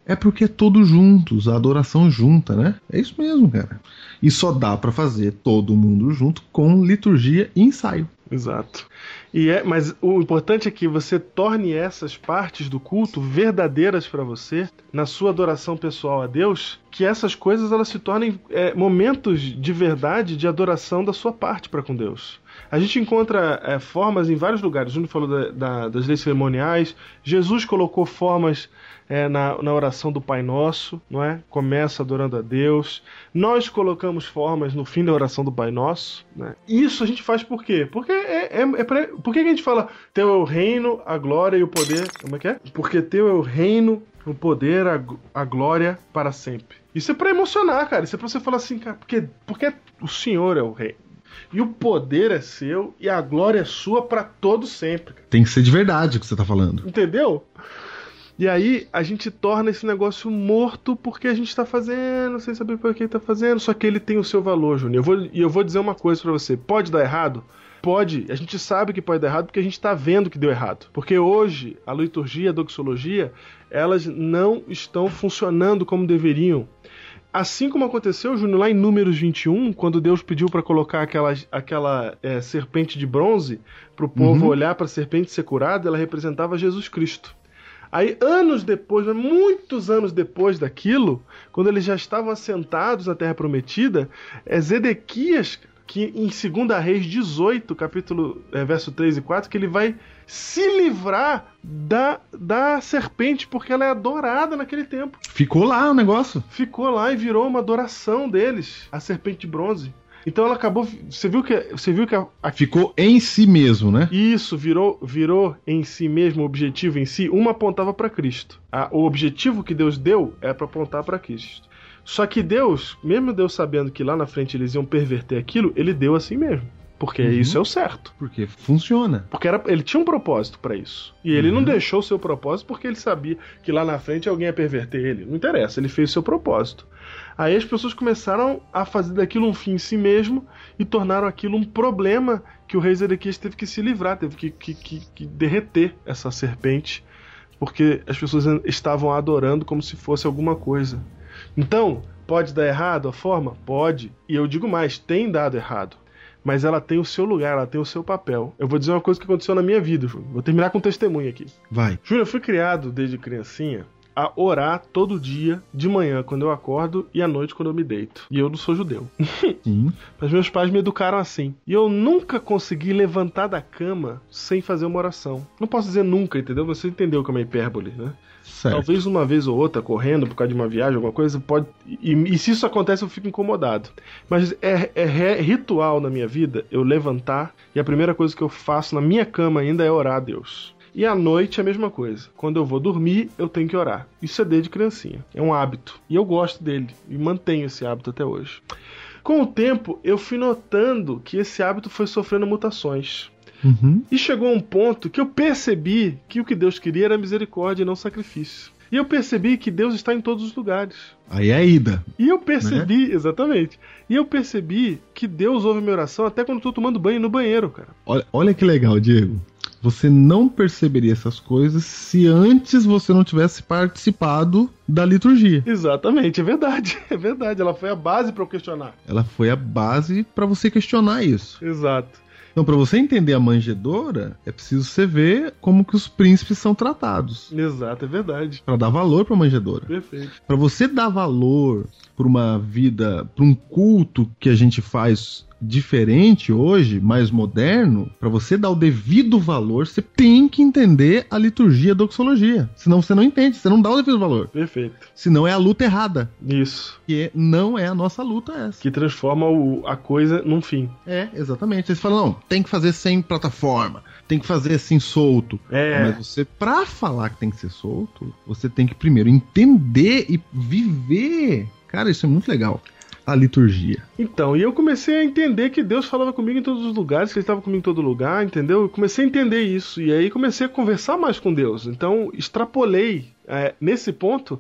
Speaker 3: é porque é todos juntos, a adoração junta, né? É isso mesmo, cara. E só dá pra fazer todo mundo junto com liturgia e ensaio.
Speaker 2: Exato. E é, mas o importante é que você torne essas partes do culto verdadeiras para você na sua adoração pessoal a Deus, que essas coisas elas se tornem é, momentos de verdade de adoração da sua parte para com Deus. A gente encontra é, formas em vários lugares. O Júnior falou da- da- das leis cerimoniais. Jesus colocou formas é, na, na oração do Pai Nosso, não é? Começa adorando a Deus. Nós colocamos formas no fim da oração do Pai Nosso. Né? Isso a gente faz por quê? Porque é, é, é pra- por que que a gente fala teu é o reino, a glória e o poder? Como é que é? Porque teu é o reino, o poder, a, gl- a glória para sempre. Isso é pra emocionar, cara. Isso é pra você falar assim, cara, porque, porque o Senhor é o rei. E o poder é seu e a glória é sua pra todo sempre. cara.
Speaker 3: Tem que ser de verdade o que você tá falando.
Speaker 2: Entendeu? E aí a gente torna esse negócio morto porque a gente tá fazendo, sem saber por que tá fazendo, só que ele tem o seu valor, Júnior. Eu vou- E eu vou dizer uma coisa pra você, pode dar errado? Pode, a gente sabe que pode dar errado porque a gente tá vendo que deu errado. Porque hoje a liturgia, a doxologia, elas não estão funcionando como deveriam. Assim como aconteceu, Júnior, lá em Números 21, quando Deus pediu pra colocar aquela, aquela eh, serpente de bronze pro povo olhar pra serpente ser curada, ela representava Jesus Cristo. Aí, anos depois, mas muitos anos depois daquilo, quando eles já estavam assentados na Terra Prometida, é Zedequias, que em 2 Reis 18, capítulo eh, verso 3 e 4, que ele vai se livrar da, da serpente, porque ela é adorada naquele tempo
Speaker 3: Ficou lá o negócio.
Speaker 2: ficou lá e virou uma adoração deles, a serpente de bronze. Então ela acabou. Você viu que você viu que a- a-
Speaker 3: Ficou em si mesmo, né?
Speaker 2: isso virou virou em si mesmo o objetivo em si. Uma apontava para Cristo. A- o objetivo que Deus deu é para apontar para Cristo. Só que Deus, mesmo Deus sabendo que lá na frente eles iam perverter aquilo, ele deu assim mesmo, porque
Speaker 3: Uhum.
Speaker 2: isso é o certo.
Speaker 3: Porque funciona.
Speaker 2: Porque era, ele tinha um propósito para isso. E ele não
Speaker 3: Uhum.
Speaker 2: deixou o seu propósito porque ele sabia que lá na frente alguém ia perverter ele. Não interessa, ele fez o seu propósito. Aí as pessoas começaram a fazer daquilo um fim em si mesmo e tornaram aquilo um problema que o rei Zedequias teve que se livrar, teve que, que- que- que derreter essa serpente, porque as pessoas estavam adorando como se fosse alguma coisa. Então, pode dar errado a forma? Pode. E eu digo mais, tem dado errado mas ela tem o seu lugar, ela tem o seu papel. Eu vou dizer uma coisa que aconteceu na minha vida, Júlio. Vou terminar com um testemunho aqui.
Speaker 3: Vai.
Speaker 2: Júlio, eu fui criado desde criancinha a orar todo dia, de manhã quando eu acordo e à noite quando eu me deito. E eu não sou judeu.
Speaker 3: Sim.
Speaker 2: Mas meus pais me educaram assim. E eu nunca consegui levantar da cama sem fazer uma oração. Não posso dizer nunca, entendeu? Você entendeu como é hipérbole, né?
Speaker 3: Certo.
Speaker 2: Talvez uma vez ou outra, correndo por causa de uma viagem, alguma coisa, pode. E, e se isso acontece, eu fico incomodado. Mas é, é re- ritual na minha vida eu levantar e a primeira coisa que eu faço na minha cama ainda é orar a Deus. E à noite é a mesma coisa. Quando eu vou dormir, eu tenho que orar. Isso é desde criancinha. É um hábito. E eu gosto dele. E mantenho esse hábito até hoje. Com o tempo, eu fui notando que esse hábito foi sofrendo mutações.
Speaker 3: Uhum.
Speaker 2: E chegou a um ponto que eu percebi que o que Deus queria era misericórdia e não sacrifício. E eu percebi que Deus está em todos os lugares.
Speaker 3: Aí é a ida.
Speaker 2: E eu percebi, exatamente. E eu percebi que Deus ouve minha oração até quando eu tô tomando banho no banheiro, cara.
Speaker 3: Olha, olha que legal, Diego. Você não perceberia essas coisas se antes você não tivesse participado da liturgia.
Speaker 2: Exatamente, é verdade. É verdade. Ela foi a base para eu questionar.
Speaker 3: Ela foi a base para você questionar isso.
Speaker 2: Exato.
Speaker 3: Então, para você entender a manjedoura, é preciso você ver como que os príncipes são tratados.
Speaker 2: Exato, é verdade.
Speaker 3: Para dar valor para a manjedoura.
Speaker 2: Perfeito.
Speaker 3: Para você dar valor para uma vida, para um culto que a gente faz diferente hoje, mais moderno, para você dar o devido valor, você tem que entender a liturgia, a doxologia. Senão você não entende, você não dá o devido valor.
Speaker 2: Perfeito.
Speaker 3: Senão é a luta errada,
Speaker 2: Isso.
Speaker 3: que não é a nossa luta essa.
Speaker 2: Que transforma o- a coisa num fim.
Speaker 3: É, exatamente. Vocês falam, não, tem que fazer sem plataforma, tem que fazer assim solto.
Speaker 2: É.
Speaker 3: Mas você, pra falar que tem que ser solto, você tem que primeiro entender e viver. Cara, isso é muito legal. A liturgia.
Speaker 2: Então, e eu comecei a entender que Deus falava comigo em todos os lugares, que ele estava comigo em todo lugar, entendeu? Eu comecei a entender isso. E aí comecei a conversar mais com Deus. Então, extrapolei. é, nesse ponto,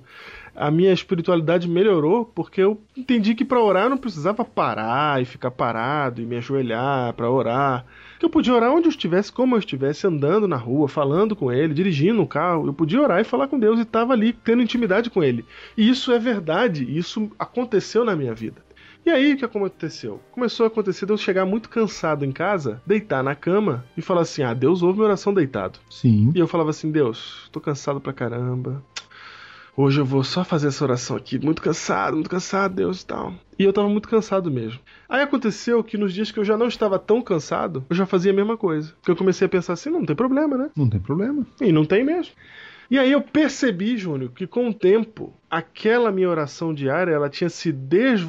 Speaker 2: a minha espiritualidade melhorou, porque eu entendi que para orar eu não precisava parar e ficar parado e me ajoelhar para orar. Que eu podia orar onde eu estivesse, como eu estivesse, andando na rua, falando com ele, dirigindo o carro. Eu podia orar e falar com Deus e estava ali tendo intimidade com ele. E isso é verdade, isso aconteceu na minha vida. E aí, o que aconteceu? Começou a acontecer de eu chegar muito cansado em casa, deitar na cama e falar assim: Ah, Deus ouve minha oração deitado.
Speaker 3: Sim.
Speaker 2: E eu falava assim: Deus, tô cansado pra caramba. hoje eu vou só fazer essa oração aqui. Muito cansado, muito cansado, Deus e tal. E eu tava muito cansado mesmo. Aí aconteceu que nos dias que eu já não estava tão cansado, eu já fazia a mesma coisa. Porque eu comecei a pensar assim, não tem problema, né?
Speaker 3: Não tem problema.
Speaker 2: E não tem mesmo. E aí eu percebi, Júnior, que com o tempo aquela minha oração diária ela tinha se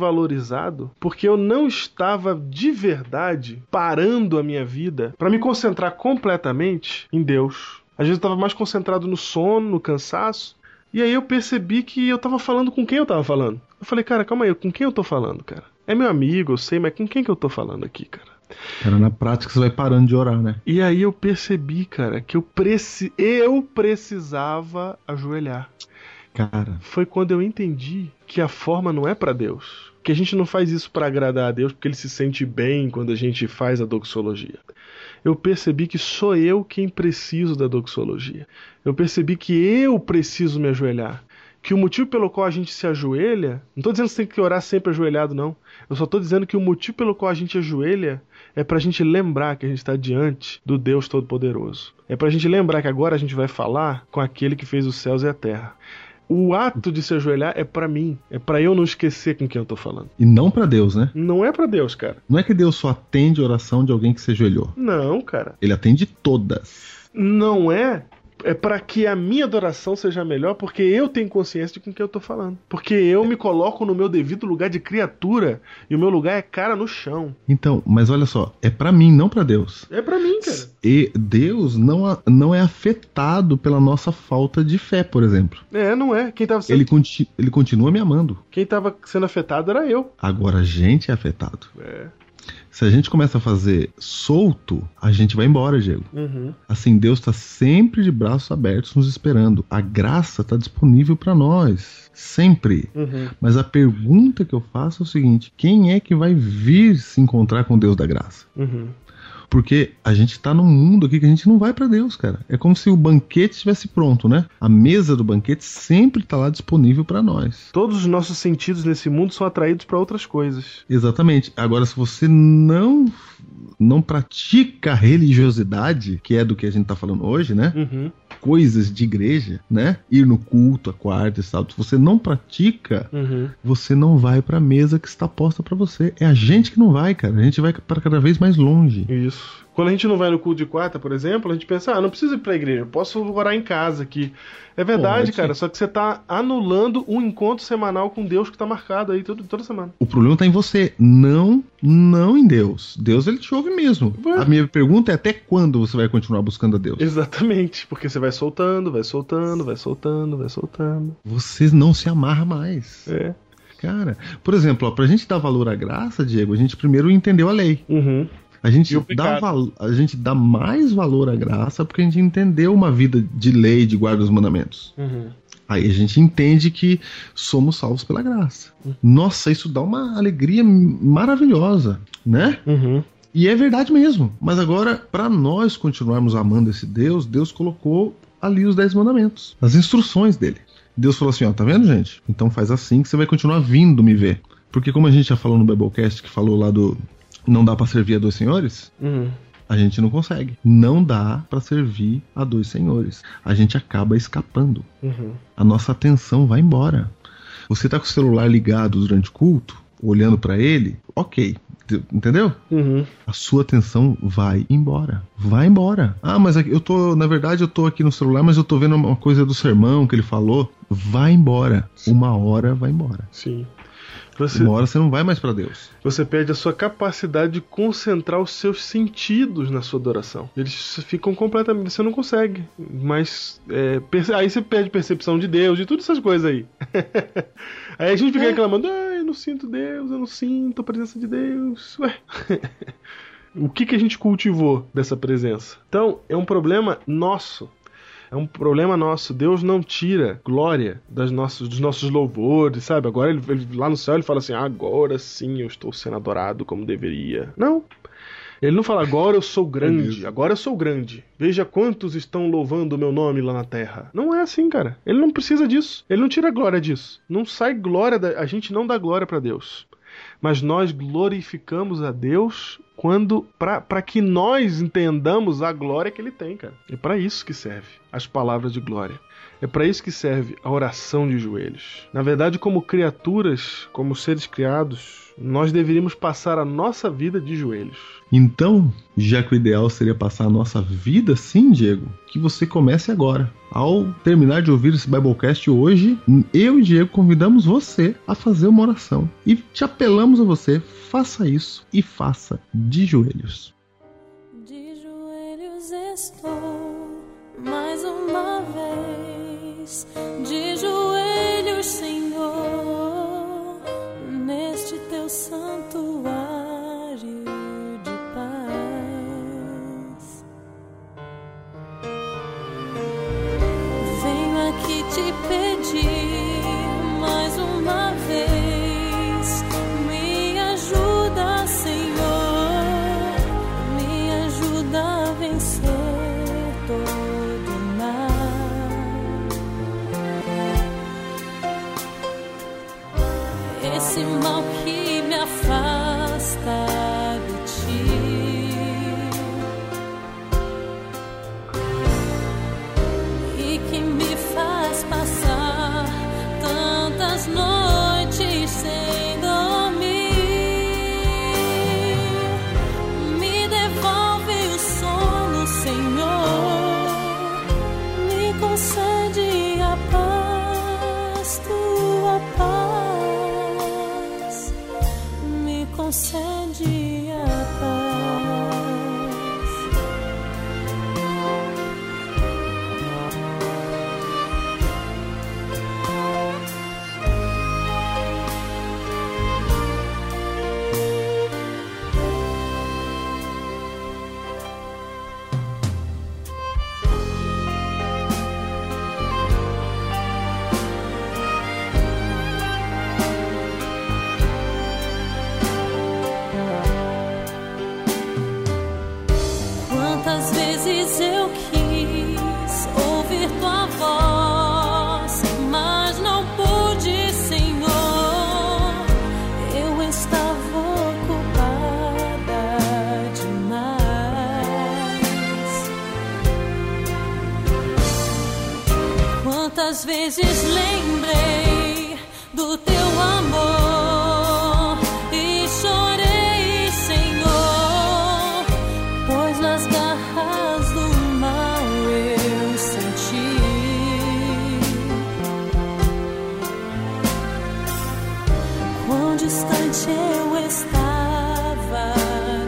Speaker 2: desvalorizado porque eu não estava de verdade parando a minha vida para me concentrar completamente em Deus. Às vezes eu estava mais concentrado no sono, no cansaço. E aí eu percebi que eu estava falando com quem eu estava falando. Eu falei, cara, calma aí, com quem eu estou falando, cara? É meu amigo, eu sei, mas com quem que eu estou falando aqui, cara?
Speaker 3: Cara, na prática você vai parando de orar, né?
Speaker 2: E aí eu percebi, cara, que eu, preci... eu precisava ajoelhar.
Speaker 3: Cara,
Speaker 2: Foi quando eu entendi que a forma não é pra Deus. Que a gente não faz isso pra agradar a Deus porque ele se sente bem quando a gente faz a doxologia. Eu percebi que sou eu quem preciso da doxologia. Eu percebi que eu preciso me ajoelhar. Que o motivo pelo qual a gente se ajoelha, não tô dizendo que você tem que orar sempre ajoelhado, não. Eu só tô dizendo que o motivo pelo qual a gente ajoelha é pra gente lembrar que a gente está diante do Deus Todo-Poderoso. É pra gente lembrar que agora a gente vai falar com aquele que fez os céus e a terra. O ato de se ajoelhar é pra mim, é pra eu não esquecer com quem eu tô falando.
Speaker 3: e não pra Deus, né?
Speaker 2: Não é pra Deus, cara.
Speaker 3: Não é que Deus só atende a oração de alguém que se ajoelhou.
Speaker 2: Não, cara.
Speaker 3: Ele atende todas.
Speaker 2: Não é é pra que a minha adoração seja melhor, porque eu tenho consciência de com quem eu tô falando. Porque eu me coloco no meu devido lugar de criatura e o meu lugar é cara no chão.
Speaker 3: Então, mas olha só, é pra mim, não pra Deus.
Speaker 2: É pra mim, cara.
Speaker 3: E Deus não, a- não é afetado pela nossa falta de fé, por exemplo.
Speaker 2: É, não é. Quem tava sendo,
Speaker 3: Ele, conti- ele continua me amando.
Speaker 2: quem tava sendo afetado era eu.
Speaker 3: Agora a gente é afetado.
Speaker 2: É.
Speaker 3: Se a gente começa a fazer solto, a gente vai embora, Diego.
Speaker 2: Uhum.
Speaker 3: Assim, Deus está sempre de braços abertos nos esperando. A graça está disponível para nós, sempre.
Speaker 2: Uhum.
Speaker 3: Mas a pergunta que eu faço é o seguinte: quem é que vai vir se encontrar com Deus da graça?
Speaker 2: Uhum.
Speaker 3: Porque a gente tá num mundo aqui que a gente não vai pra Deus, cara. É como se o banquete estivesse pronto, né? A mesa do banquete sempre tá lá disponível pra nós.
Speaker 2: Todos os nossos sentidos nesse mundo são atraídos pra outras coisas.
Speaker 3: Exatamente. Agora, se você não não pratica a religiosidade, que é do que a gente tá falando hoje, né?
Speaker 2: Uhum.
Speaker 3: Coisas de igreja, né? Ir no culto, a quarta e sábado. Se você não pratica,
Speaker 2: Uhum.
Speaker 3: você não vai pra mesa que está posta pra você. É a gente que não vai, cara. A gente vai pra cada vez mais longe.
Speaker 2: Isso. Quando a gente não vai no culto de quarta, por exemplo, a gente pensa, ah, não preciso ir pra igreja, eu posso orar em casa aqui. É verdade,
Speaker 3: Pode.
Speaker 2: cara, só que você tá anulando um encontro semanal com Deus que tá marcado aí todo, toda semana.
Speaker 3: O problema tá em você, não, não em Deus. Deus ele te ouve mesmo.
Speaker 2: Vai.
Speaker 3: A minha pergunta é até quando você vai continuar buscando a Deus?
Speaker 2: Exatamente, porque você vai soltando, vai soltando, vai soltando, vai soltando.
Speaker 3: Você não se amarra mais.
Speaker 2: É.
Speaker 3: Cara, por exemplo, ó, pra gente dar valor à graça, Diego, a gente primeiro entendeu a lei.
Speaker 2: Uhum.
Speaker 3: A
Speaker 2: E
Speaker 3: gente,
Speaker 2: o
Speaker 3: dá,
Speaker 2: pecado.
Speaker 3: val- a gente dá mais valor à graça porque a gente entendeu uma vida de lei, de guarda dos mandamentos.
Speaker 2: Uhum.
Speaker 3: Aí a gente entende que somos salvos pela graça.
Speaker 2: Hum.
Speaker 3: Nossa, isso dá uma alegria maravilhosa, né?
Speaker 2: Uhum.
Speaker 3: E é verdade mesmo. Mas agora, para nós continuarmos amando esse Deus, Deus colocou ali os dez mandamentos, as instruções dele. Deus falou assim: ó, tá vendo, gente? Então faz assim que você vai continuar vindo me ver. Porque como a gente já falou no Biblecast, que falou lá do não dá pra servir a dois senhores,
Speaker 2: Uhum.
Speaker 3: a gente não consegue. Não dá pra servir a dois senhores. A gente acaba escapando.
Speaker 2: Uhum.
Speaker 3: A nossa atenção vai embora. Você tá com o celular ligado durante o culto, olhando pra ele, ok, te- entendeu?
Speaker 2: Uhum.
Speaker 3: a sua atenção vai embora. Vai embora. Ah, mas aqui- eu tô, na verdade, eu tô aqui no celular, mas eu tô vendo uma coisa do sermão que ele falou. Vai embora. Uma hora vai embora.
Speaker 2: Sim. Você,
Speaker 3: Uma hora você não vai mais pra Deus.
Speaker 2: você perde a sua capacidade de concentrar os seus sentidos na sua adoração. Eles ficam completamente. Você não consegue. Mas. é, perce- aí você perde percepção de Deus, de todas essas coisas aí. aí a gente fica reclamando: ah, eu não sinto Deus, eu não sinto a presença de Deus. Ué. o que, que a gente cultivou dessa presença? Então, é um problema nosso. É um problema nosso. Deus não tira glória das nossos, dos nossos louvores, sabe? Agora ele, ele- lá no céu ele fala assim: agora sim eu estou sendo adorado como deveria. Não. Ele não fala agora eu sou grande, agora eu sou grande. Veja quantos estão louvando o meu nome lá na terra. Não é assim, cara. Ele não precisa disso. Ele não tira glória disso. Não sai glória da, a gente não dá glória pra Deus. Mas nós glorificamos a Deus quando para que nós entendamos a glória que ele tem, cara. É para isso que serve as palavras de glória. É para isso que serve a oração de joelhos. Na verdade, como criaturas, como seres criados, nós deveríamos passar a nossa vida de joelhos.
Speaker 3: Então, já que o ideal seria passar a nossa vida sim, Diego, que você comece agora. Ao terminar de ouvir esse Biblecast hoje, eu e Diego convidamos você a fazer uma oração. E te apelamos a você, faça isso e faça de joelhos.
Speaker 5: De joelhos estou mais uma vez, de joelhos, Senhor, neste teu santuário de paz. Venho aqui te pedir mais uma vez. Me ajuda, Senhor, me ajuda a vencer todo mal. Esse mal que me afasta de ti. e que me faz passar tantas noites sem dormir. Me devolve o sono, Senhor, me concede a paz, tua paz, me concede a paz. Quantas vezes eu quis ouvir tua voz, mas não pude, Senhor. Eu estava ocupada demais. Quantas vezes lembrei do teu amor e chorei, Senhor pois nas garras do mal eu senti. Quão distante eu estava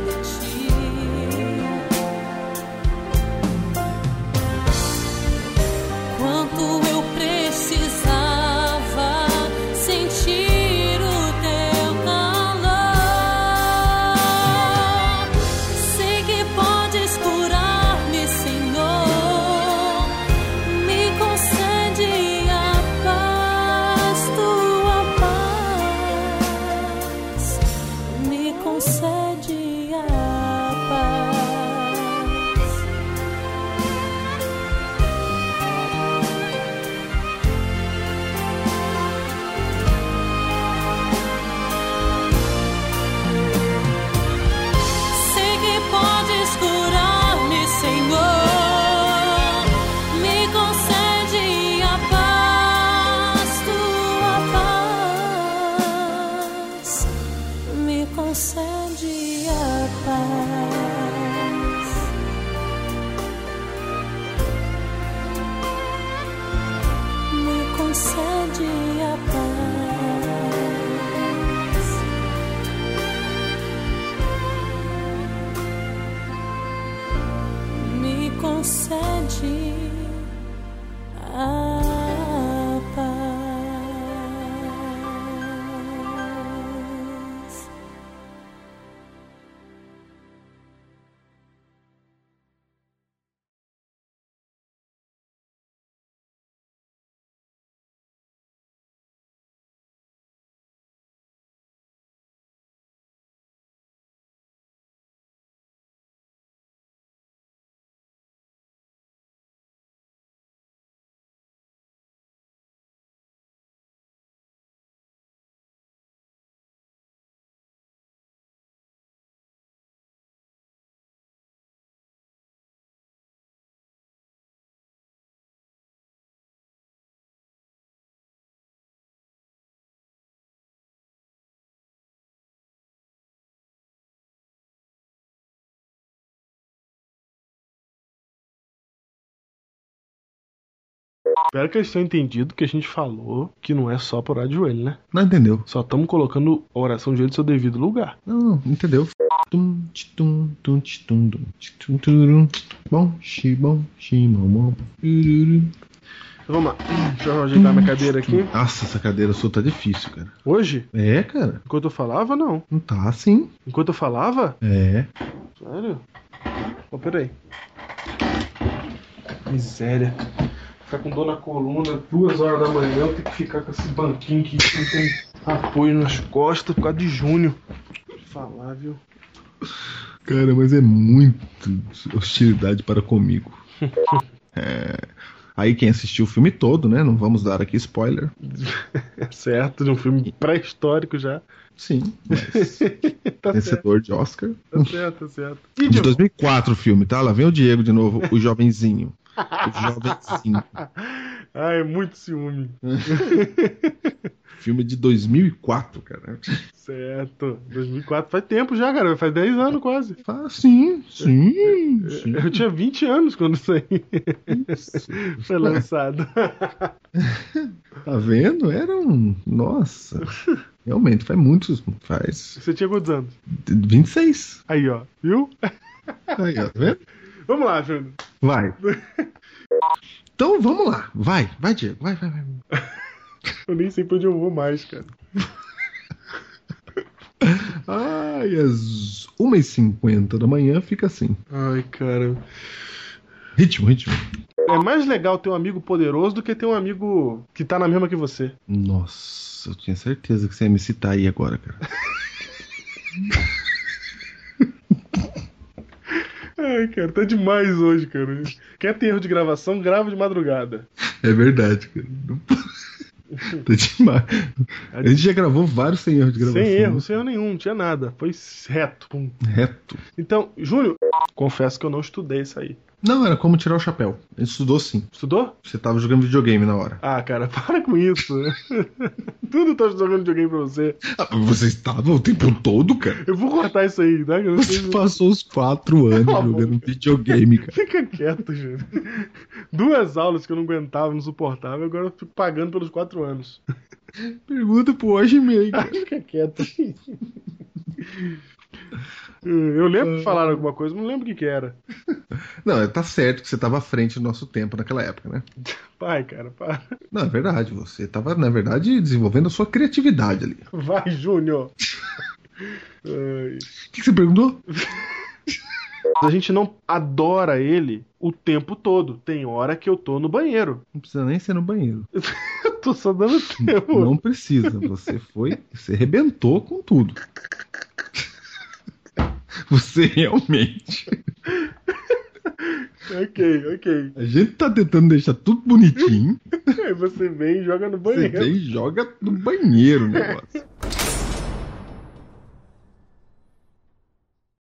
Speaker 5: de ti. Quanto eu precisava sentir
Speaker 2: Espero que eles tenham entendido que a gente falou que não é só por orar de joelho, né?
Speaker 3: Não entendeu?
Speaker 2: Só estamos colocando a oração de joelho no seu devido lugar.
Speaker 3: Não, não, entendeu? Tum, tum, tum, tum, tum, tum, turum. Bom, xi, bom, xi, bom, bom. Ururu.
Speaker 2: Então, vamos lá. Deixa eu ajeitar minha cadeira aqui.
Speaker 3: Nossa, essa cadeira sua tá difícil, cara.
Speaker 2: Hoje,
Speaker 3: É, cara.
Speaker 2: enquanto eu falava, não.
Speaker 3: Não tá assim.
Speaker 2: Enquanto eu falava?
Speaker 3: É.
Speaker 2: Sério? Pô, peraí. Miséria. Ficar com dor na coluna duas horas da manhã, eu tenho que ficar com esse banquinho que não tem apoio nas costas por causa de Júnior. Falar, viu?
Speaker 3: Cara, mas é muito hostilidade para comigo. É. Aí quem assistiu o filme todo, né? Não vamos dar aqui spoiler.
Speaker 2: É certo, de um filme pré-histórico já.
Speaker 3: Sim, mas
Speaker 2: Tá certo,
Speaker 3: vencedor de Oscar.
Speaker 2: tá certo, tá certo. E
Speaker 3: De
Speaker 2: de
Speaker 3: 2004 o filme, tá? Lá vem o Diego de novo, o jovenzinho. O jovenzinho.
Speaker 2: Ai, é muito ciúme.
Speaker 3: Filme de 2004, cara.
Speaker 2: Certo. 2004 faz tempo já, cara. Faz 10 anos quase.
Speaker 3: Ah, sim, sim, sim.
Speaker 2: Eu tinha 20 anos quando isso aí foi lançado.
Speaker 3: Tá vendo? Era um. Nossa. Realmente, faz muitos. Faz
Speaker 2: Você tinha quantos anos?
Speaker 3: 26.
Speaker 2: Aí, ó. Viu?
Speaker 3: Aí, ó, tá vendo?
Speaker 2: Vamos lá, Júnior.
Speaker 3: Vai. Então vamos lá. Vai, vai, Diego. Vai, vai, vai.
Speaker 2: Eu nem sei pra onde eu vou mais, cara.
Speaker 3: Ai, às 1h50 da manhã fica assim.
Speaker 2: Ai, cara.
Speaker 3: Ritmo, ritmo.
Speaker 2: É mais legal ter um amigo poderoso do que ter um amigo que tá na mesma que você.
Speaker 3: Nossa, eu tinha certeza que você ia me citar aí agora, cara.
Speaker 2: Ai, cara, tá demais hoje, cara. Quer ter erro de gravação, grava de madrugada.
Speaker 3: É verdade, cara. Não- tá demais. A gente já gravou vários sem erro de gravação.
Speaker 2: Sem erro, sem erro nenhum, não tinha nada. Foi reto. pum.
Speaker 3: Reto.
Speaker 2: Então, Júnior, confesso que eu não estudei isso aí.
Speaker 3: Não, era como tirar o chapéu. Ele estudou sim.
Speaker 2: Estudou?
Speaker 3: Você tava jogando videogame na hora.
Speaker 2: Ah, cara, para com isso. Tudo eu tô jogando videogame pra você.
Speaker 3: Ah, mas você estava o tempo todo, cara?
Speaker 2: Eu vou cortar isso aí, tá? Eu não sei
Speaker 3: Você
Speaker 2: se-
Speaker 3: passou os quatro anos
Speaker 2: Cala a
Speaker 3: jogando videogame, cara.
Speaker 2: Fica quieto, gente. Duas aulas que eu não aguentava, não suportava, e agora eu fico pagando pelos quatro anos.
Speaker 3: Pergunta pro Washman, cara.
Speaker 2: Fica quieto. Eu lembro que falaram alguma coisa, mas não lembro o que, que era.
Speaker 3: Não, tá certo que você tava à frente do nosso tempo naquela época, né?
Speaker 2: Pai, cara, para.
Speaker 3: Não, é verdade. Você tava, na verdade, desenvolvendo a sua criatividade ali.
Speaker 2: Vai, Júnior. Ai.
Speaker 3: O que, que você perguntou?
Speaker 2: A gente não adora ele o tempo todo. Tem hora que eu tô no banheiro.
Speaker 3: Não precisa nem ser no banheiro.
Speaker 2: Eu tô só dando tempo.
Speaker 3: Não precisa. Você foi. Você arrebentou com tudo. Você realmente.
Speaker 2: Ok, ok.
Speaker 3: A gente tá tentando deixar tudo bonitinho.
Speaker 2: Aí você vem e joga no
Speaker 3: Você
Speaker 2: banheiro.
Speaker 3: vem e joga no banheiro o negócio.